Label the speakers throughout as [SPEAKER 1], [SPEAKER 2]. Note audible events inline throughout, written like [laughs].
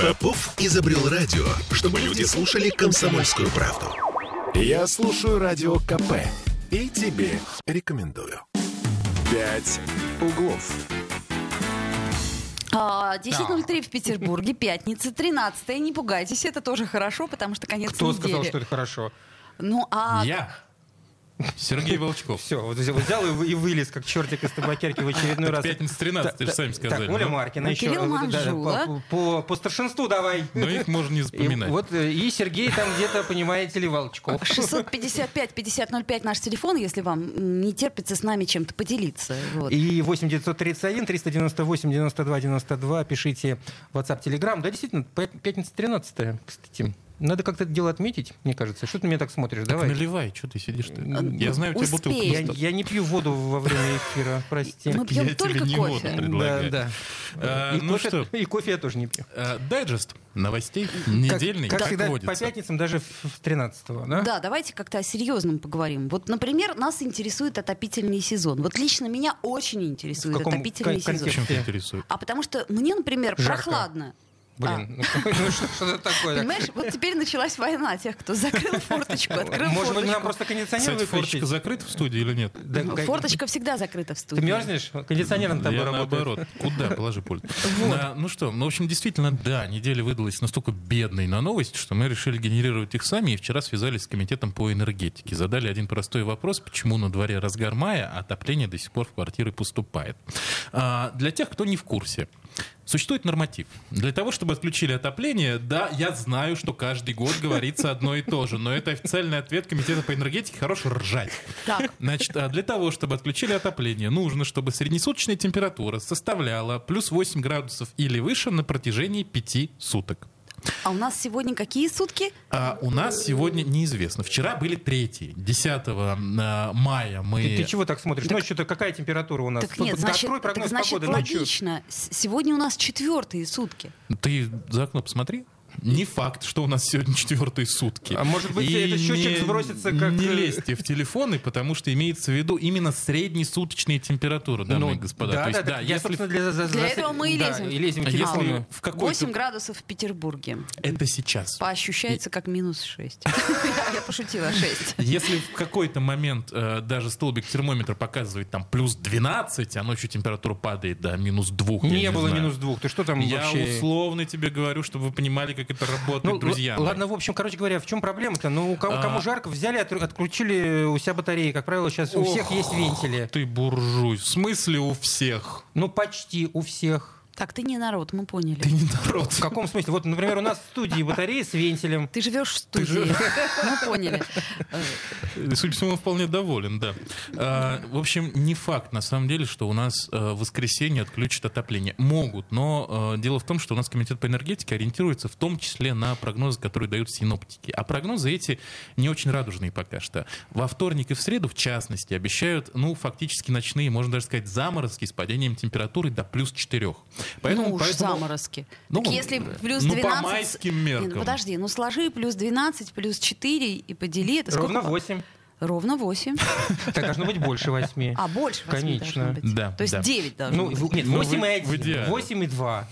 [SPEAKER 1] Попов изобрел радио, чтобы люди слушали комсомольскую правду.
[SPEAKER 2] Я слушаю Радио КП и тебе
[SPEAKER 1] Рекомендую.
[SPEAKER 2] «Пять углов».
[SPEAKER 3] А, 10.03 в Петербурге, пятница, 13 Не пугайтесь, это тоже хорошо, потому что конец
[SPEAKER 4] Кто
[SPEAKER 3] недели.
[SPEAKER 4] сказал, что это хорошо?
[SPEAKER 3] Ну, а
[SPEAKER 5] Я. Сергей Волчков.
[SPEAKER 4] Все, вот взял, взял и, вы- и вылез, как чертик из табакерки в очередной [laughs] раз.
[SPEAKER 5] Пятница 13, ты же сами сказали.
[SPEAKER 4] Так, Оля
[SPEAKER 5] ну.
[SPEAKER 4] Маркина
[SPEAKER 3] Ну,
[SPEAKER 4] еще.
[SPEAKER 3] Кирилл
[SPEAKER 4] Вот, да, да,
[SPEAKER 3] Манжула.
[SPEAKER 4] по, по- по старшинству давай.
[SPEAKER 5] Но ну, их можно не
[SPEAKER 4] И,
[SPEAKER 5] запоминать.
[SPEAKER 4] вот, э, и Сергей там где-то, понимаете ли, Волчков.
[SPEAKER 3] 655-5005 наш телефон, если вам м, не терпится с нами чем-то поделиться. Вот.
[SPEAKER 4] И 8 931 398 92 92 пишите в WhatsApp, Telegram. Да, действительно, пя- пятница 13 кстати. Надо как-то это дело отметить, мне кажется. Что ты на меня так смотришь?
[SPEAKER 5] Так
[SPEAKER 4] Давай.
[SPEAKER 5] наливай, что ты сидишь ты?
[SPEAKER 4] М,
[SPEAKER 5] Я знаю, у тебя
[SPEAKER 3] успеем.
[SPEAKER 5] бутылка.
[SPEAKER 4] Я,
[SPEAKER 5] достала.
[SPEAKER 4] я не пью воду во время эфира, прости.
[SPEAKER 3] Мы
[SPEAKER 5] я
[SPEAKER 3] пьем
[SPEAKER 5] тебе
[SPEAKER 3] только
[SPEAKER 5] не
[SPEAKER 3] кофе.
[SPEAKER 5] воду
[SPEAKER 4] Да,
[SPEAKER 5] предлагаю.
[SPEAKER 4] да.
[SPEAKER 5] А,
[SPEAKER 4] И
[SPEAKER 5] ну
[SPEAKER 4] кофе-
[SPEAKER 5] что,
[SPEAKER 4] И кофе я тоже не пью.
[SPEAKER 5] э, дайджест новостей недельный,
[SPEAKER 4] Как,
[SPEAKER 5] как,
[SPEAKER 4] всегда, по
[SPEAKER 5] водится.
[SPEAKER 4] пятницам, даже в 13-го, да?
[SPEAKER 3] Да, давайте как-то о серьезном поговорим. Вот, например, нас интересует отопительный сезон. Вот лично меня очень интересует
[SPEAKER 4] В каком
[SPEAKER 3] отопительный
[SPEAKER 4] кон-
[SPEAKER 3] сезон.
[SPEAKER 4] контексте?
[SPEAKER 5] Чем тебя интересует?
[SPEAKER 3] А потому что мне, например,
[SPEAKER 4] Жарко.
[SPEAKER 3] прохладно.
[SPEAKER 4] Блин, ну [laughs] что- что что это такое?
[SPEAKER 3] Понимаешь, вот теперь началась война тех, кто
[SPEAKER 4] [laughs]
[SPEAKER 3] закрыл форточку, открыл
[SPEAKER 4] Может быть,
[SPEAKER 3] форточку.
[SPEAKER 4] нам просто кондиционер
[SPEAKER 5] Кстати,
[SPEAKER 4] выключить?
[SPEAKER 5] форточка закрыта в студии или нет?
[SPEAKER 4] Да,
[SPEAKER 3] Ну,
[SPEAKER 4] как-
[SPEAKER 3] Форточка всегда закрыта в
[SPEAKER 4] Ты
[SPEAKER 3] студии.
[SPEAKER 4] мерзнешь? Кондиционер над тобой
[SPEAKER 5] Я
[SPEAKER 4] работает.
[SPEAKER 5] наоборот. Куда? Положи пульт. Да, ну что, ну, в общем, действительно, да, неделя выдалась настолько бедной на новость, что мы решили генерировать их сами, и вчера связались с комитетом по энергетике. Задали один простой вопрос, почему на дворе разгар мая, а отопление до сих пор в квартиры поступает. А, для тех, кто не в курсе, Существует норматив. Для того, чтобы отключили отопление, да, я знаю, что каждый год говорится одно и то же, но это официальный ответ Комитета по энергетике «Хорош ржать».
[SPEAKER 3] Так.
[SPEAKER 5] Значит, а для того, чтобы отключили отопление, нужно, чтобы среднесуточная температура составляла плюс 8 градусов или выше на протяжении 5 суток.
[SPEAKER 3] А у нас сегодня какие сутки?
[SPEAKER 5] А у нас сегодня неизвестно. Вчера были третьи. 10 э, мая мы...
[SPEAKER 4] Ты, ты чего так смотришь? Ночью-то какая температура у нас?
[SPEAKER 3] Так нет,
[SPEAKER 4] Открой
[SPEAKER 3] значит, так
[SPEAKER 4] прогноз
[SPEAKER 3] значит,
[SPEAKER 4] погоды ну, ночью.
[SPEAKER 3] логично. С- Сегодня у нас четвертые сутки.
[SPEAKER 5] Ты за окно посмотри. Не факт, что у нас сегодня четвертые сутки.
[SPEAKER 4] А может быть, этот счетчик
[SPEAKER 5] не-
[SPEAKER 4] сбросится как- э,
[SPEAKER 5] Не лезьте в телефоны, потому что имеется в виду именно среднесуточные температуры, дамы и господа.
[SPEAKER 4] Ну, да,
[SPEAKER 5] То есть,
[SPEAKER 4] да, да. Я,
[SPEAKER 5] если
[SPEAKER 4] собственно, для, за- за-
[SPEAKER 3] Для
[SPEAKER 4] за-
[SPEAKER 3] этого мы и
[SPEAKER 4] да,
[SPEAKER 3] лезем.
[SPEAKER 4] и лезем в
[SPEAKER 5] А если-
[SPEAKER 4] телефонную.
[SPEAKER 5] в какой-то-
[SPEAKER 3] 8 градусов в Петербурге.
[SPEAKER 5] это сейчас.
[SPEAKER 3] Поощущается как минус 6. [laughs] Я пошутила, 6.
[SPEAKER 5] Если в какой-то момент э, даже столбик термометра показывает там плюс 12, а ночью температура падает до минус 2. я
[SPEAKER 4] Не было
[SPEAKER 5] знаю.
[SPEAKER 4] минус двух. Ты что там
[SPEAKER 5] Я
[SPEAKER 4] вообще?
[SPEAKER 5] условно тебе говорю, чтобы вы понимали, как это работает,
[SPEAKER 4] Ну, л-
[SPEAKER 5] друзья. мои.
[SPEAKER 4] ладно, в общем, короче говоря, в чем проблема-то? Ну, у кого,
[SPEAKER 5] А.
[SPEAKER 4] кому жарко, взяли, от- отключили у себя батареи. Как правило, сейчас у
[SPEAKER 5] Ох.
[SPEAKER 4] всех есть вентили.
[SPEAKER 5] Ты буржуй. В смысле у всех?
[SPEAKER 4] Ну, почти у всех.
[SPEAKER 3] Так, ты не народ, мы поняли.
[SPEAKER 5] Ты не народ.
[SPEAKER 4] В каком смысле? Вот, например, у нас в студии батареи с вентилем.
[SPEAKER 3] Ты живешь в студии. [laughs] Мы поняли. Э,
[SPEAKER 5] И, Судя по всему, он вполне доволен, да. А, в общем, не факт, на самом деле, что у нас э, в воскресенье отключат отопление. Могут, но э, дело в том, что у нас Комитет по энергетике ориентируется в том числе на прогнозы, которые дают синоптики. А прогнозы эти не очень радужные пока что. Во вторник и в среду, в частности, обещают, ну, фактически ночные, можно даже сказать, заморозки с падением температуры до плюс 4.
[SPEAKER 3] Ну уж заморозки.
[SPEAKER 5] Ну,
[SPEAKER 3] Так если плюс
[SPEAKER 5] ну, по
[SPEAKER 3] 12...
[SPEAKER 5] майским
[SPEAKER 3] Не, ну,
[SPEAKER 5] меркам.
[SPEAKER 3] Подожди, ну сложи плюс 12, плюс 4 и подели. Это
[SPEAKER 4] Ровно
[SPEAKER 3] сколько?
[SPEAKER 4] 8.
[SPEAKER 3] Ровно 8.
[SPEAKER 4] Так должно быть больше 8.
[SPEAKER 3] А, больше 8
[SPEAKER 4] Конечно.
[SPEAKER 3] должно быть.
[SPEAKER 5] Да,
[SPEAKER 3] То есть
[SPEAKER 5] да.
[SPEAKER 3] 9 должно
[SPEAKER 4] Ну,
[SPEAKER 3] быть.
[SPEAKER 4] в- нет,
[SPEAKER 5] Ну,
[SPEAKER 4] 8 и
[SPEAKER 5] вы-
[SPEAKER 4] 1,
[SPEAKER 5] в идеале.
[SPEAKER 4] 8 и 2,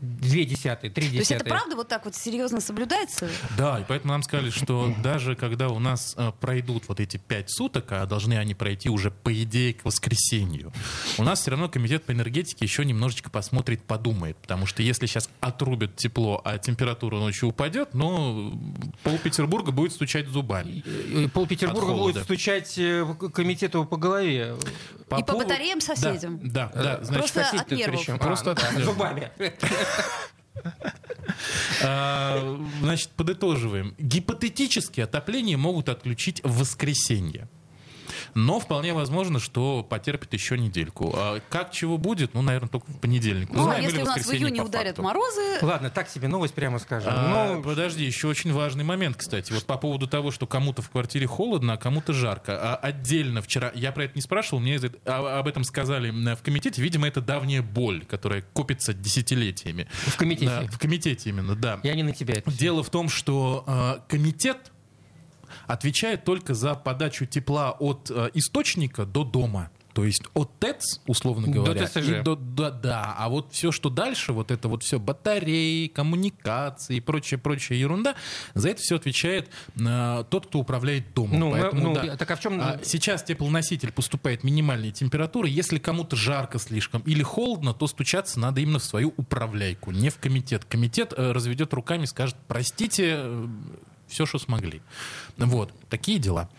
[SPEAKER 4] 2 десятые, 3
[SPEAKER 3] То есть это
[SPEAKER 4] десятые.
[SPEAKER 3] правда вот так вот серьезно соблюдается?
[SPEAKER 5] Да, и поэтому нам сказали, что даже когда у нас э, пройдут вот эти пять суток, а должны они пройти уже, по идее, к воскресенью, у нас все равно комитет по энергетике еще немножечко посмотрит, подумает. Потому что если сейчас отрубят тепло, а температура ночью упадет, ну, пол Петербурга будет стучать зубами.
[SPEAKER 4] И- и Пол Петербурга
[SPEAKER 5] От холода.
[SPEAKER 4] будет стучать э, к- комитету по голове.
[SPEAKER 3] И по батареям соседям.
[SPEAKER 5] Да, да, да, значит,
[SPEAKER 3] Просто
[SPEAKER 4] сосед
[SPEAKER 3] от
[SPEAKER 4] тут
[SPEAKER 3] нервов.
[SPEAKER 4] причем.
[SPEAKER 5] Э, Просто
[SPEAKER 4] А,
[SPEAKER 5] от
[SPEAKER 4] да,
[SPEAKER 5] нервов.
[SPEAKER 4] зубами.
[SPEAKER 5] А, Значит, подытоживаем. Гипотетически отопление могут отключить в воскресенье. Но вполне возможно, что потерпит еще недельку. А как чего будет, ну, наверное, только в понедельник.
[SPEAKER 3] Ну, а
[SPEAKER 5] Узнаем или
[SPEAKER 3] если у нас в
[SPEAKER 5] воскресенье
[SPEAKER 3] июне
[SPEAKER 5] по
[SPEAKER 3] ударят
[SPEAKER 5] факту.
[SPEAKER 3] морозы,
[SPEAKER 4] Ладно, так себе новость прямо скажем.
[SPEAKER 5] А,
[SPEAKER 4] Ну,
[SPEAKER 5] подожди, еще очень важный момент, кстати. Вот по поводу того, что кому-то в квартире холодно, а кому-то жарко. А отдельно вчера, я про это не спрашивал, мне из- а- об этом сказали м, в комитете. Видимо, это давняя боль, которая копится десятилетиями.
[SPEAKER 4] в комитете.
[SPEAKER 5] Да, в комитете именно, да.
[SPEAKER 4] Я не на тебя это.
[SPEAKER 5] Дело в том, что э, комитет отвечает только за подачу тепла от э, источника до дома. То есть от ТЭЦ, условно
[SPEAKER 4] До
[SPEAKER 5] говоря,
[SPEAKER 4] ТСЖ.
[SPEAKER 5] и до- да, да, а вот все, что дальше, вот это вот все батареи, коммуникации и прочая-прочая ерунда, за это все отвечает э, тот, кто управляет домом.
[SPEAKER 4] Ну, мы-
[SPEAKER 5] Поэтому,
[SPEAKER 4] ну,
[SPEAKER 5] да.
[SPEAKER 4] так а в чем-
[SPEAKER 5] А сейчас теплоноситель поступает минимальной температуры. Если кому-то жарко слишком или холодно, то стучаться надо именно в свою управляйку, не в комитет. Комитет э, разведет руками, скажет, простите, все, что смогли. Вот, такие дела.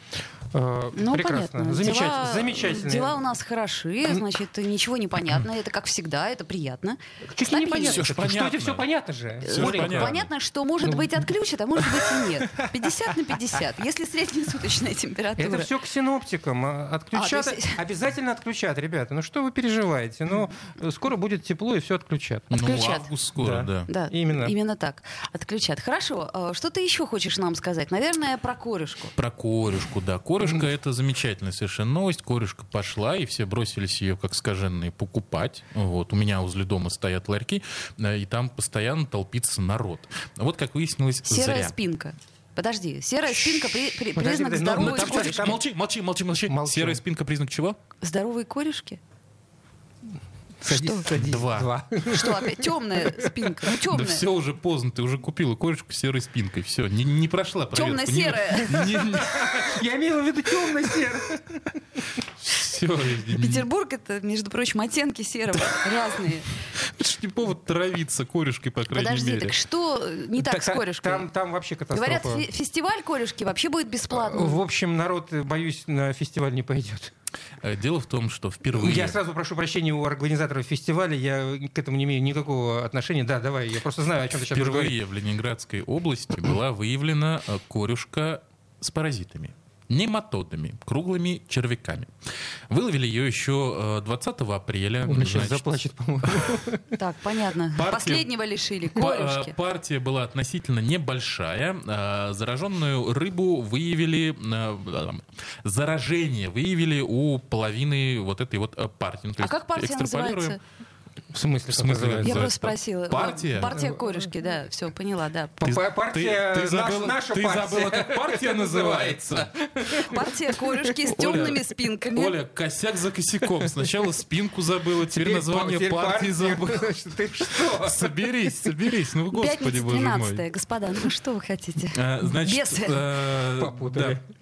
[SPEAKER 4] Э,
[SPEAKER 3] Ну,
[SPEAKER 4] прекрасно.
[SPEAKER 3] понятно.
[SPEAKER 4] Замечательно.
[SPEAKER 3] Дела-
[SPEAKER 4] Замечательно.
[SPEAKER 3] Дела у нас хороши, значит, ничего не понятно. Это как всегда, это приятно.
[SPEAKER 4] Чуть ли не
[SPEAKER 3] Стабильно.
[SPEAKER 4] понятно. Ну.
[SPEAKER 5] Всё ж
[SPEAKER 4] Так Что это
[SPEAKER 5] понятно.
[SPEAKER 4] все понятно же?
[SPEAKER 5] Всё ж
[SPEAKER 4] Оленька.
[SPEAKER 5] понятно.
[SPEAKER 3] Понятно, что может быть отключат, а может быть и нет. 50 на 50, если среднесуточная температура.
[SPEAKER 4] Это все к синоптикам. а, Отключат.
[SPEAKER 3] А, то есть-
[SPEAKER 4] Обязательно отключат, ребята. Ну что вы переживаете? Ну, э, скоро будет тепло, и все отключат.
[SPEAKER 5] Ну,
[SPEAKER 3] Отключат.
[SPEAKER 5] август скоро, да.
[SPEAKER 3] Да,
[SPEAKER 4] Именно.
[SPEAKER 3] именно так. Отключат. Хорошо. а Что ты еще хочешь нам сказать? Наверное, про корешку.
[SPEAKER 5] Про корешку, да. Корешка это замечательная совершенно новость. Корешка пошла, и все бросились ее, как скаженные, покупать. Вот. У меня возле дома стоят ларьки, э, и там постоянно толпится народ. Вот как выяснилось,
[SPEAKER 3] Серая
[SPEAKER 5] зря.
[SPEAKER 3] спинка. Подожди, серая спинка при- при-
[SPEAKER 4] Подожди,
[SPEAKER 3] признак
[SPEAKER 4] подожди, но-
[SPEAKER 5] Ну,
[SPEAKER 3] здоровой,
[SPEAKER 5] там-
[SPEAKER 4] Ой,
[SPEAKER 3] корешки.
[SPEAKER 4] там-
[SPEAKER 5] молчи, молчи, молчи, молчи.
[SPEAKER 4] Молчу.
[SPEAKER 5] Серая спинка признак чего?
[SPEAKER 3] здоровой корешки.
[SPEAKER 4] Садись,
[SPEAKER 3] Что?
[SPEAKER 4] садись.
[SPEAKER 5] Два.
[SPEAKER 3] Что опять? Темная спинка. Ну, темная.
[SPEAKER 5] Да все уже поздно, ты уже купила корешку с серой спинкой. Все, не, не прошла проверку.
[SPEAKER 3] Тёмно-серая.
[SPEAKER 5] [laughs]
[SPEAKER 4] Я имела в виду темно-серый.
[SPEAKER 5] Все,
[SPEAKER 3] Петербург это, между прочим, оттенки серого разные.
[SPEAKER 5] не повод травиться корешкой, по крайней
[SPEAKER 3] Подожди,
[SPEAKER 5] мере.
[SPEAKER 3] так что э, не так с
[SPEAKER 4] Там,
[SPEAKER 3] корешкой?
[SPEAKER 4] там вообще катастрофа.
[SPEAKER 3] Говорят, фе- фестиваль корешки вообще будет бесплатным.
[SPEAKER 4] В общем, народ, э, боюсь, на фестиваль не пойдет.
[SPEAKER 5] Э, Дело в том, что впервые...
[SPEAKER 4] Я сразу прошу прощения у организаторов фестиваля, я к этому не имею никакого отношения. Да, давай, я просто знаю, о чем ты сейчас говоришь.
[SPEAKER 5] Впервые в Ленинградской области была выявлена э, корюшка с паразитами. Нематодами, круглыми червяками. Выловили ее еще э, 20 апреля.
[SPEAKER 4] Он сейчас
[SPEAKER 5] Значит,
[SPEAKER 4] заплачет, по-моему.
[SPEAKER 3] Так, понятно.
[SPEAKER 5] Партия-
[SPEAKER 3] Последнего лишили
[SPEAKER 5] па- э,
[SPEAKER 3] корешки.
[SPEAKER 5] Партия была относительно небольшая. Э, Зараженную рыбу выявили... э, там, Заражение выявили у половины вот этой вот э, партии. Ну, то
[SPEAKER 3] А
[SPEAKER 5] есть
[SPEAKER 3] как партия
[SPEAKER 5] экстраполируем.
[SPEAKER 3] называется?
[SPEAKER 4] В смысле?
[SPEAKER 5] В смысле?
[SPEAKER 4] называется?
[SPEAKER 3] Я
[SPEAKER 5] называется?
[SPEAKER 3] просто спросила.
[SPEAKER 5] Партия? Э,
[SPEAKER 3] Партия корешки, да, все, поняла, да.
[SPEAKER 5] Ты-
[SPEAKER 4] Пар- Партия,
[SPEAKER 5] ты- ты
[SPEAKER 4] наш-
[SPEAKER 5] забыла-
[SPEAKER 4] наша
[SPEAKER 5] ты
[SPEAKER 4] партия.
[SPEAKER 5] забыла, как партия называется?
[SPEAKER 3] Партия корешки с
[SPEAKER 5] Оля,
[SPEAKER 3] темными спинками.
[SPEAKER 5] Оля, косяк за косяком. Сначала спинку забыла, теперь,
[SPEAKER 4] пар-
[SPEAKER 5] название
[SPEAKER 4] теперь
[SPEAKER 5] партии забыла.
[SPEAKER 4] Ты что?
[SPEAKER 5] Соберись, соберись, ну господи,
[SPEAKER 3] Пятница
[SPEAKER 5] боже
[SPEAKER 3] 13
[SPEAKER 5] мой.
[SPEAKER 3] господа, ну что вы хотите?
[SPEAKER 5] А, Значит,
[SPEAKER 3] Бесы.
[SPEAKER 5] э,
[SPEAKER 4] Попутали.
[SPEAKER 5] да.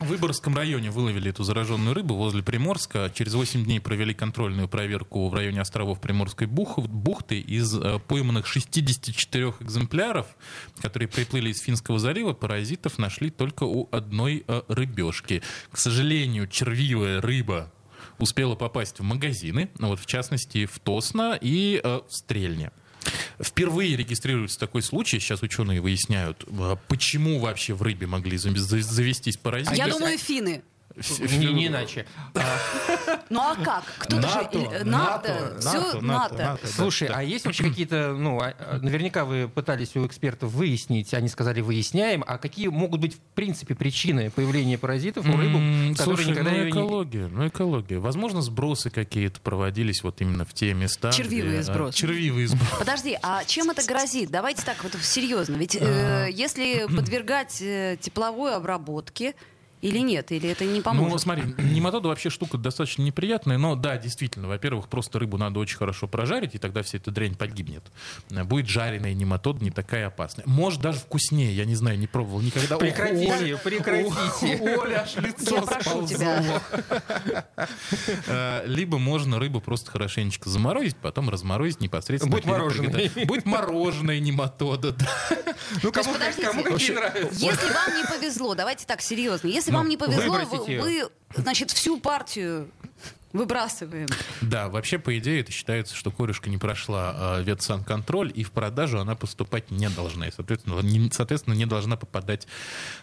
[SPEAKER 5] В Выборгском районе выловили эту зараженную рыбу возле Приморска. Через 8 дней провели контрольную проверку в районе островов Приморской бух- бухты. Из э, пойманных 64 экземпляров, которые приплыли из Финского залива, паразитов нашли только у одной э, рыбешки. К сожалению, червивая рыба успела попасть в магазины, ну вот в частности в Тосно и э, в Стрельне. Впервые регистрируется такой случай. Сейчас ученые выясняют, э, почему вообще в рыбе могли зам- за- завестись паразиты.
[SPEAKER 3] А Я думаю, финны.
[SPEAKER 5] Ф- ф-
[SPEAKER 4] Не, не иначе.
[SPEAKER 3] Ну а как? Кто же?
[SPEAKER 5] НАТО,
[SPEAKER 3] или-
[SPEAKER 5] НАТО,
[SPEAKER 3] НАТО, все
[SPEAKER 5] НАТО, НАТО,
[SPEAKER 3] НАТО.
[SPEAKER 5] да.
[SPEAKER 4] Слушай, а есть вообще какие-то, ну, а- а, наверняка вы пытались у экспертов выяснить, они сказали выясняем, а какие могут быть в принципе причины появления паразитов у рыбы,
[SPEAKER 5] М,
[SPEAKER 4] которые
[SPEAKER 5] Слушай,
[SPEAKER 4] никогда
[SPEAKER 5] ну
[SPEAKER 4] ее не...
[SPEAKER 5] экология, ну экология. Возможно, сбросы какие-то проводились вот именно в те места.
[SPEAKER 3] Червивые
[SPEAKER 5] где, а,
[SPEAKER 3] сбросы.
[SPEAKER 5] Червивые сбросы.
[SPEAKER 3] Подожди, а чем это грозит? Давайте так вот серьезно. Ведь э, если подвергать э, тепловой обработке или нет, или это не
[SPEAKER 5] Ну,
[SPEAKER 3] поможет?
[SPEAKER 5] смотри, нематода вообще штука достаточно неприятная, но да, действительно, во-первых, просто рыбу надо очень хорошо прожарить, и тогда вся эта дрянь погибнет. Будет жареная нематода, не такая опасная. Может, даже вкуснее, я не знаю, не пробовал никогда. Ох,
[SPEAKER 4] Прекратите,
[SPEAKER 5] Оля,
[SPEAKER 4] прекратите.
[SPEAKER 5] Оля, аж лицо
[SPEAKER 3] Я прошу
[SPEAKER 5] сползло.
[SPEAKER 3] тебя.
[SPEAKER 5] Э, Либо можно рыбу просто хорошенечко заморозить, потом разморозить непосредственно.
[SPEAKER 4] Будет
[SPEAKER 5] перед
[SPEAKER 4] мороженой.
[SPEAKER 5] приготовлением. Будет мороженое нематода, да.
[SPEAKER 4] Ну,
[SPEAKER 3] То есть,
[SPEAKER 4] кому, как-
[SPEAKER 3] подождите.
[SPEAKER 4] кому какие нравятся.
[SPEAKER 3] Если вам не повезло, давайте так серьезно. Если
[SPEAKER 5] Ну,
[SPEAKER 3] вам не повезло, вы,
[SPEAKER 4] выбросите её.
[SPEAKER 3] вы, значит всю партию выбрасываем.
[SPEAKER 5] Да, вообще, по идее, это считается, что корешка не прошла э, ветсанконтроль, и в продажу она поступать не должна, и, соответственно, не, соответственно, не должна попадать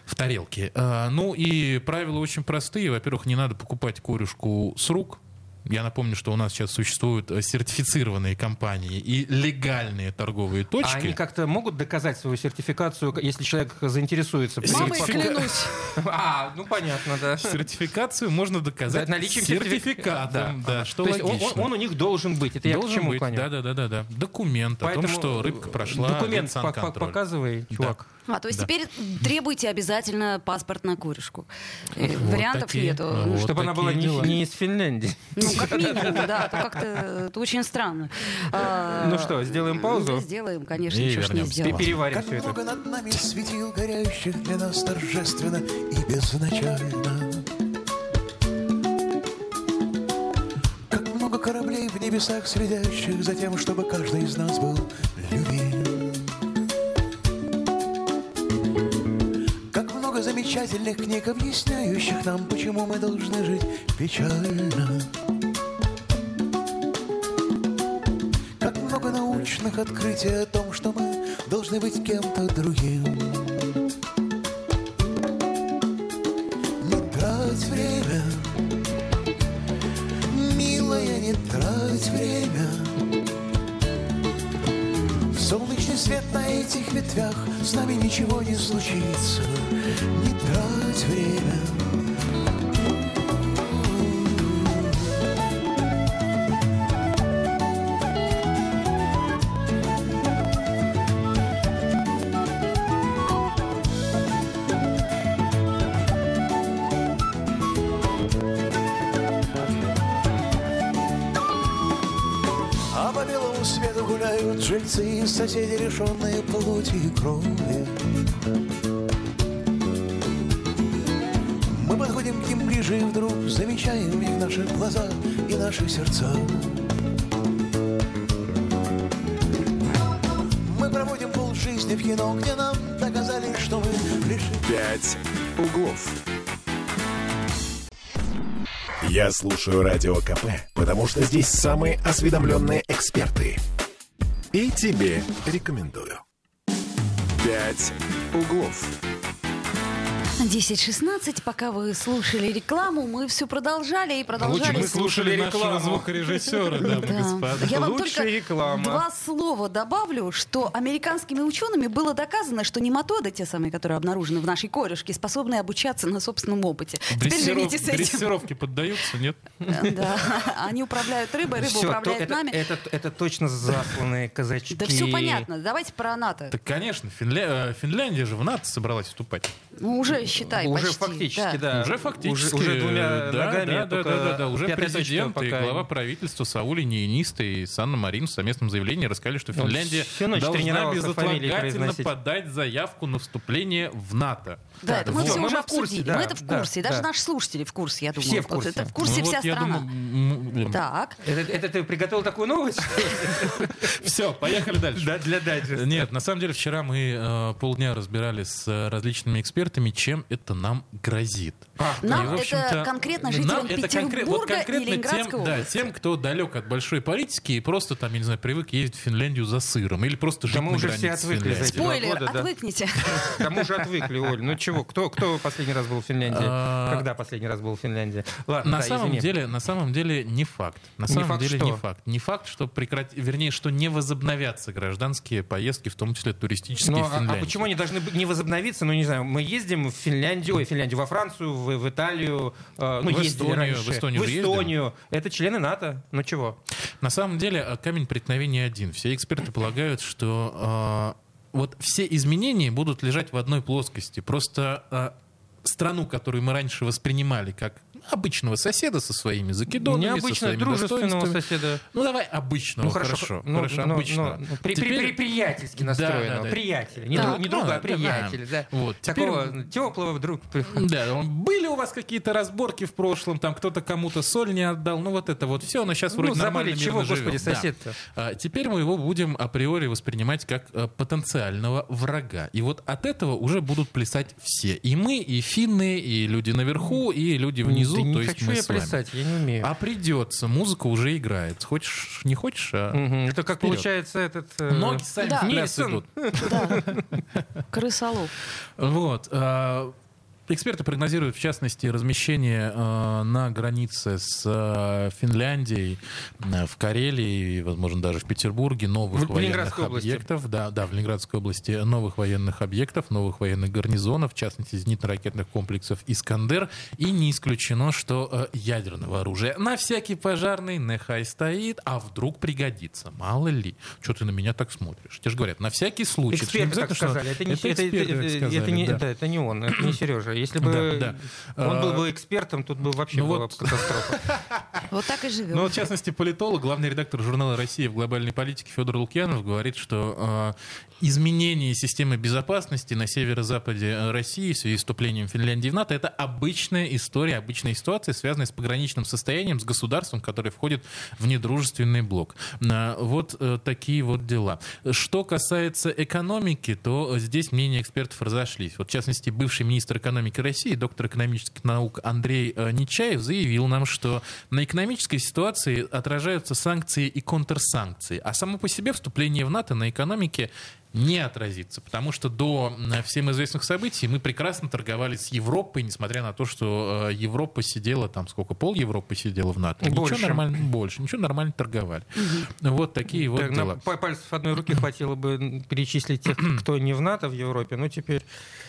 [SPEAKER 5] в А, тарелки. Э, ну и правила очень простые. Во-первых, не надо покупать корешку с рук, Я напомню, что у нас сейчас существуют э, сертифицированные компании и легальные торговые
[SPEAKER 4] А они
[SPEAKER 5] точки.
[SPEAKER 4] как-то могут доказать свою сертификацию, если человек заинтересуется?
[SPEAKER 3] Мамой
[SPEAKER 5] Сертифика-
[SPEAKER 3] клянусь.
[SPEAKER 4] [laughs] А, ну понятно, да.
[SPEAKER 5] Сертификацию можно доказать
[SPEAKER 4] Да, наличием
[SPEAKER 5] сертификатом.
[SPEAKER 4] сертификата.
[SPEAKER 5] Да, что
[SPEAKER 4] То есть он,
[SPEAKER 5] логично.
[SPEAKER 4] он- он у них должен быть. Это я к чему
[SPEAKER 5] быть,
[SPEAKER 4] клоню?
[SPEAKER 5] да, да, да, да, да. Документ о том, что рыбка прошла
[SPEAKER 4] Документ пок-
[SPEAKER 5] санконтроль.
[SPEAKER 4] показывай, чувак.
[SPEAKER 3] А, то есть
[SPEAKER 5] Да.
[SPEAKER 3] теперь требуйте обязательно паспорт на куришку. Э, Вариантов
[SPEAKER 5] такие,
[SPEAKER 3] нету.
[SPEAKER 5] ну, вот.
[SPEAKER 4] Чтобы она была
[SPEAKER 5] такие
[SPEAKER 4] не,
[SPEAKER 5] дела.
[SPEAKER 4] не из Финляндии.
[SPEAKER 3] Ну, как минимум, да, то как-то это очень странно. А,
[SPEAKER 4] Ну что, сделаем паузу?
[SPEAKER 3] Сделаем, конечно,
[SPEAKER 5] И
[SPEAKER 3] ничего ж не
[SPEAKER 5] вернемся.
[SPEAKER 3] сделаем.
[SPEAKER 4] Переварим
[SPEAKER 6] Как
[SPEAKER 4] все это.
[SPEAKER 6] много над нами светил горящих для нас торжественно и безначально. Как много кораблей в небесах следящих за тем, чтобы каждый из нас был любим. Как много замечательных книг, объясняющих нам, почему мы должны жить печально. Как много научных открытий о том, что мы должны быть кем-то другим. Не трать время, милая, не трать время. Солнечный свет на этих ветвях с нами ничего не случится. Не трать время. А по белому свету гуляют жильцы и соседи, решенные плоти и крови. Мы подходим к ним ближе и вдруг замечаем в них наши глаза и наши сердца. Мы проводим полжизни в кино, где нам доказали, что мы лишь
[SPEAKER 2] Пять углов.
[SPEAKER 1] Я слушаю Радио КП, потому что здесь самые осведомленные эксперты. И тебе рекомендую. Пять углов.
[SPEAKER 3] 10.16, пока вы слушали рекламу, мы все продолжали и
[SPEAKER 5] Лучше
[SPEAKER 3] продолжали.
[SPEAKER 5] мы слушали
[SPEAKER 4] слушали
[SPEAKER 5] нашего
[SPEAKER 4] рекламу.
[SPEAKER 5] звукорежиссера, дамы и
[SPEAKER 3] Да.
[SPEAKER 5] господа.
[SPEAKER 3] Я вам
[SPEAKER 4] Лучшая
[SPEAKER 3] только
[SPEAKER 4] реклама.
[SPEAKER 3] два слова добавлю, что американскими учеными было доказано, что нематоды, те самые, которые обнаружены в нашей корешке, способны обучаться на собственном опыте. Теперь
[SPEAKER 5] Дрессиров-
[SPEAKER 3] живите с этим.
[SPEAKER 5] Дрессировки поддаются, нет?
[SPEAKER 3] [laughs] Да. Они управляют рыбой, рыба
[SPEAKER 4] Всё, то-
[SPEAKER 3] управляет
[SPEAKER 4] это,
[SPEAKER 3] нами.
[SPEAKER 4] Это, это точно засланные казачки.
[SPEAKER 3] Да все понятно. Давайте про НАТО.
[SPEAKER 5] Так, конечно, Финля- э, Финляндия же в НАТО собралась вступать.
[SPEAKER 3] Ну, уже считай
[SPEAKER 4] уже
[SPEAKER 3] почти.
[SPEAKER 4] фактически, да.
[SPEAKER 5] Уже фактически.
[SPEAKER 4] Э, Уже, уже двумя
[SPEAKER 5] э, да,
[SPEAKER 4] ногами.
[SPEAKER 5] Да, да,
[SPEAKER 4] только
[SPEAKER 5] да, да, да. Уже
[SPEAKER 4] пятая точка
[SPEAKER 5] президент и
[SPEAKER 4] пока.
[SPEAKER 5] глава правительства Саули Нииниста и Санна Марин в совместном заявлении рассказали, что
[SPEAKER 4] Он
[SPEAKER 5] Финляндия
[SPEAKER 4] Ну, всю ночь
[SPEAKER 5] должна
[SPEAKER 4] тренировался фамилии
[SPEAKER 5] безотлагательно
[SPEAKER 4] произносить.
[SPEAKER 5] подать заявку на вступление в НАТО.
[SPEAKER 3] Да, это мы
[SPEAKER 5] Вот.
[SPEAKER 3] все
[SPEAKER 4] мы
[SPEAKER 3] уже
[SPEAKER 4] в курсе,
[SPEAKER 3] обсудили.
[SPEAKER 4] да,
[SPEAKER 3] мы это в
[SPEAKER 4] да,
[SPEAKER 3] курсе. и даже
[SPEAKER 4] да.
[SPEAKER 3] наши слушатели в курсе, я думаю.
[SPEAKER 4] Все в
[SPEAKER 3] Вот
[SPEAKER 4] курсе.
[SPEAKER 3] это в курсе
[SPEAKER 5] Ну вот
[SPEAKER 3] вся
[SPEAKER 5] я
[SPEAKER 3] страна.
[SPEAKER 5] думаю, м, м,
[SPEAKER 3] Так.
[SPEAKER 4] Это, это ты приготовил такую новость? что ли?
[SPEAKER 5] Все, поехали дальше.
[SPEAKER 4] Да, для дайджеста.
[SPEAKER 5] Нет, на самом деле вчера мы э, полдня разбирали с э, различными экспертами, чем это нам грозит.
[SPEAKER 3] Нам
[SPEAKER 5] И, в
[SPEAKER 3] это
[SPEAKER 5] общем-то,
[SPEAKER 3] конкретно жителям
[SPEAKER 5] нам это конкре- вот
[SPEAKER 3] Петербурга и
[SPEAKER 5] конкретно
[SPEAKER 3] Ленинградской
[SPEAKER 5] тем, да,
[SPEAKER 3] области.
[SPEAKER 5] тем, кто далек от большой политики и просто там, я не знаю, привык ездить в Финляндию за сыром или просто жить
[SPEAKER 4] мы
[SPEAKER 5] на
[SPEAKER 4] уже
[SPEAKER 5] границе
[SPEAKER 4] все
[SPEAKER 5] с
[SPEAKER 4] отвыкли за эти
[SPEAKER 5] Финляндией.
[SPEAKER 4] два
[SPEAKER 3] Спойлер,
[SPEAKER 4] года, да.
[SPEAKER 3] [laughs] отвыкните.
[SPEAKER 4] К тому же отвыкли, Оль. Ну чего? Кто, кто последний раз был в Финляндии?
[SPEAKER 5] А.
[SPEAKER 4] Когда последний раз был в Финляндии? Ладно,
[SPEAKER 5] На
[SPEAKER 4] да,
[SPEAKER 5] самом
[SPEAKER 4] извини.
[SPEAKER 5] деле, на самом деле не факт. На самом
[SPEAKER 4] факт
[SPEAKER 5] деле
[SPEAKER 4] что?
[SPEAKER 5] не факт. Не факт, что прекрат... вернее, что не возобновятся гражданские поездки, в том числе туристические
[SPEAKER 4] Ну,
[SPEAKER 5] в
[SPEAKER 4] а- а,
[SPEAKER 5] Финляндию.
[SPEAKER 4] почему они должны быть- не возобновиться? Ну, не знаю, мы ездим в Финляндию, ой, в Финляндию, во Францию, в, в Италию, э, ну,
[SPEAKER 5] В
[SPEAKER 4] ездили
[SPEAKER 5] Эстонию,
[SPEAKER 4] раньше.
[SPEAKER 5] в Эстонию же ездим.
[SPEAKER 4] Эстонию. Это члены НАТО. Ну чего?
[SPEAKER 5] На самом деле э, камень преткновения один. Все эксперты полагают, что э, вот все изменения будут лежать в одной плоскости. Просто э, страну, которую мы раньше воспринимали как обычного соседа со своими закидонами, со
[SPEAKER 4] Необычно
[SPEAKER 5] своими
[SPEAKER 4] дружественного
[SPEAKER 5] достоинствами.
[SPEAKER 4] соседа.
[SPEAKER 5] Ну давай обычного, хорошо,
[SPEAKER 4] ну,
[SPEAKER 5] хорошо,
[SPEAKER 4] ну,
[SPEAKER 5] обычного.
[SPEAKER 4] ну, при- при-
[SPEAKER 5] Теперь-
[SPEAKER 4] при- приятельски
[SPEAKER 5] Да,
[SPEAKER 4] настроенного.
[SPEAKER 5] да, да.
[SPEAKER 4] Приятеля. Не,
[SPEAKER 5] Да,
[SPEAKER 4] друг- не
[SPEAKER 5] да,
[SPEAKER 4] друга, а
[SPEAKER 5] да,
[SPEAKER 4] приятеля. Да.
[SPEAKER 5] Вот, теперь-
[SPEAKER 4] Такого ну, теплого друга.
[SPEAKER 5] Да, он- были у вас какие-то разборки в прошлом, там кто-то кому-то соль не отдал, ну вот это вот все, но сейчас
[SPEAKER 4] Ну,
[SPEAKER 5] вроде
[SPEAKER 4] забыли,
[SPEAKER 5] нормально,
[SPEAKER 4] чего,
[SPEAKER 5] мирно
[SPEAKER 4] господи,
[SPEAKER 5] живем. Да.
[SPEAKER 4] сосед-то.
[SPEAKER 5] А, Теперь мы его будем априори воспринимать как э, потенциального врага. И вот от этого уже будут плясать все. И мы, и финны, и люди наверху, и люди
[SPEAKER 4] Да
[SPEAKER 5] внизу,
[SPEAKER 4] не
[SPEAKER 5] то есть
[SPEAKER 4] хочу
[SPEAKER 5] мы
[SPEAKER 4] я
[SPEAKER 5] с вами.
[SPEAKER 4] плясать, я не умею.
[SPEAKER 5] А придется, музыка уже играет. Хочешь, не хочешь, а
[SPEAKER 4] Мгм, Это как
[SPEAKER 5] вперед.
[SPEAKER 4] получается этот... э,
[SPEAKER 5] Ноги сами
[SPEAKER 3] Да.
[SPEAKER 5] в пляс
[SPEAKER 4] Нильсон.
[SPEAKER 5] идут.
[SPEAKER 3] Да. Крысолов.
[SPEAKER 5] Вот. а, Эксперты прогнозируют, в частности, размещение э, на границе с э, Финляндией, э, в Карелии, и, возможно, даже в Петербурге новых
[SPEAKER 4] В
[SPEAKER 5] военных
[SPEAKER 4] Ленинградской области.
[SPEAKER 5] объектов. Да, да, в Ленинградской области новых военных объектов, новых военных гарнизонов, в частности, зенитно-ракетных комплексов «Искандер». И не исключено, что э, ядерного оружия. На всякий пожарный нехай стоит, а вдруг пригодится. Мало ли. Что ты на меня так смотришь? Те же говорят, на всякий случай. Это же не
[SPEAKER 4] Эксперты так
[SPEAKER 5] обязательно, что-
[SPEAKER 4] сказали. Это не, это-
[SPEAKER 5] эксперты
[SPEAKER 4] это-
[SPEAKER 5] так
[SPEAKER 4] это
[SPEAKER 5] сказали,
[SPEAKER 4] не-
[SPEAKER 5] да.
[SPEAKER 4] да, это не он,
[SPEAKER 5] [clears throat]
[SPEAKER 4] это не Сережа. Если бы
[SPEAKER 5] Да, да.
[SPEAKER 4] он был
[SPEAKER 5] А,
[SPEAKER 4] бы экспертом, тут бы вообще
[SPEAKER 5] ну
[SPEAKER 4] была
[SPEAKER 5] вот.
[SPEAKER 4] бы катастрофа.
[SPEAKER 3] Вот так и живем.
[SPEAKER 5] Ну, вот, в частности, политолог, главный редактор журнала «Россия в глобальной политике» Федор Лукьянов говорит, что э, изменение системы безопасности на северо-западе э, России в связи с вступлением Финляндии в НАТО — это обычная история, обычная ситуация, связанная с пограничным состоянием, с государством, которое входит в недружественный блок. На- вот э, такие вот дела. Что касается экономики, то э, здесь мнения экспертов разошлись. Вот, в частности, бывший министр экономики России, доктор экономических наук Андрей э, Нечаев заявил нам, что на экономической ситуации отражаются санкции и контрсанкции. А само по себе вступление в НАТО на экономике не отразится, потому что до м, всем известных событий мы прекрасно торговали с Европой, несмотря на то, что э, Европа сидела там сколько пол Европы сидела в НАТО,
[SPEAKER 4] Больше.
[SPEAKER 5] ничего нормально больше, ничего нормально торговали. Вот такие [laughs] вот
[SPEAKER 4] Так,
[SPEAKER 5] дела.
[SPEAKER 4] на па- пальцев одной руки хватило бы перечислить
[SPEAKER 5] [clears throat]
[SPEAKER 4] тех, кто не в НАТО в Европе, но теперь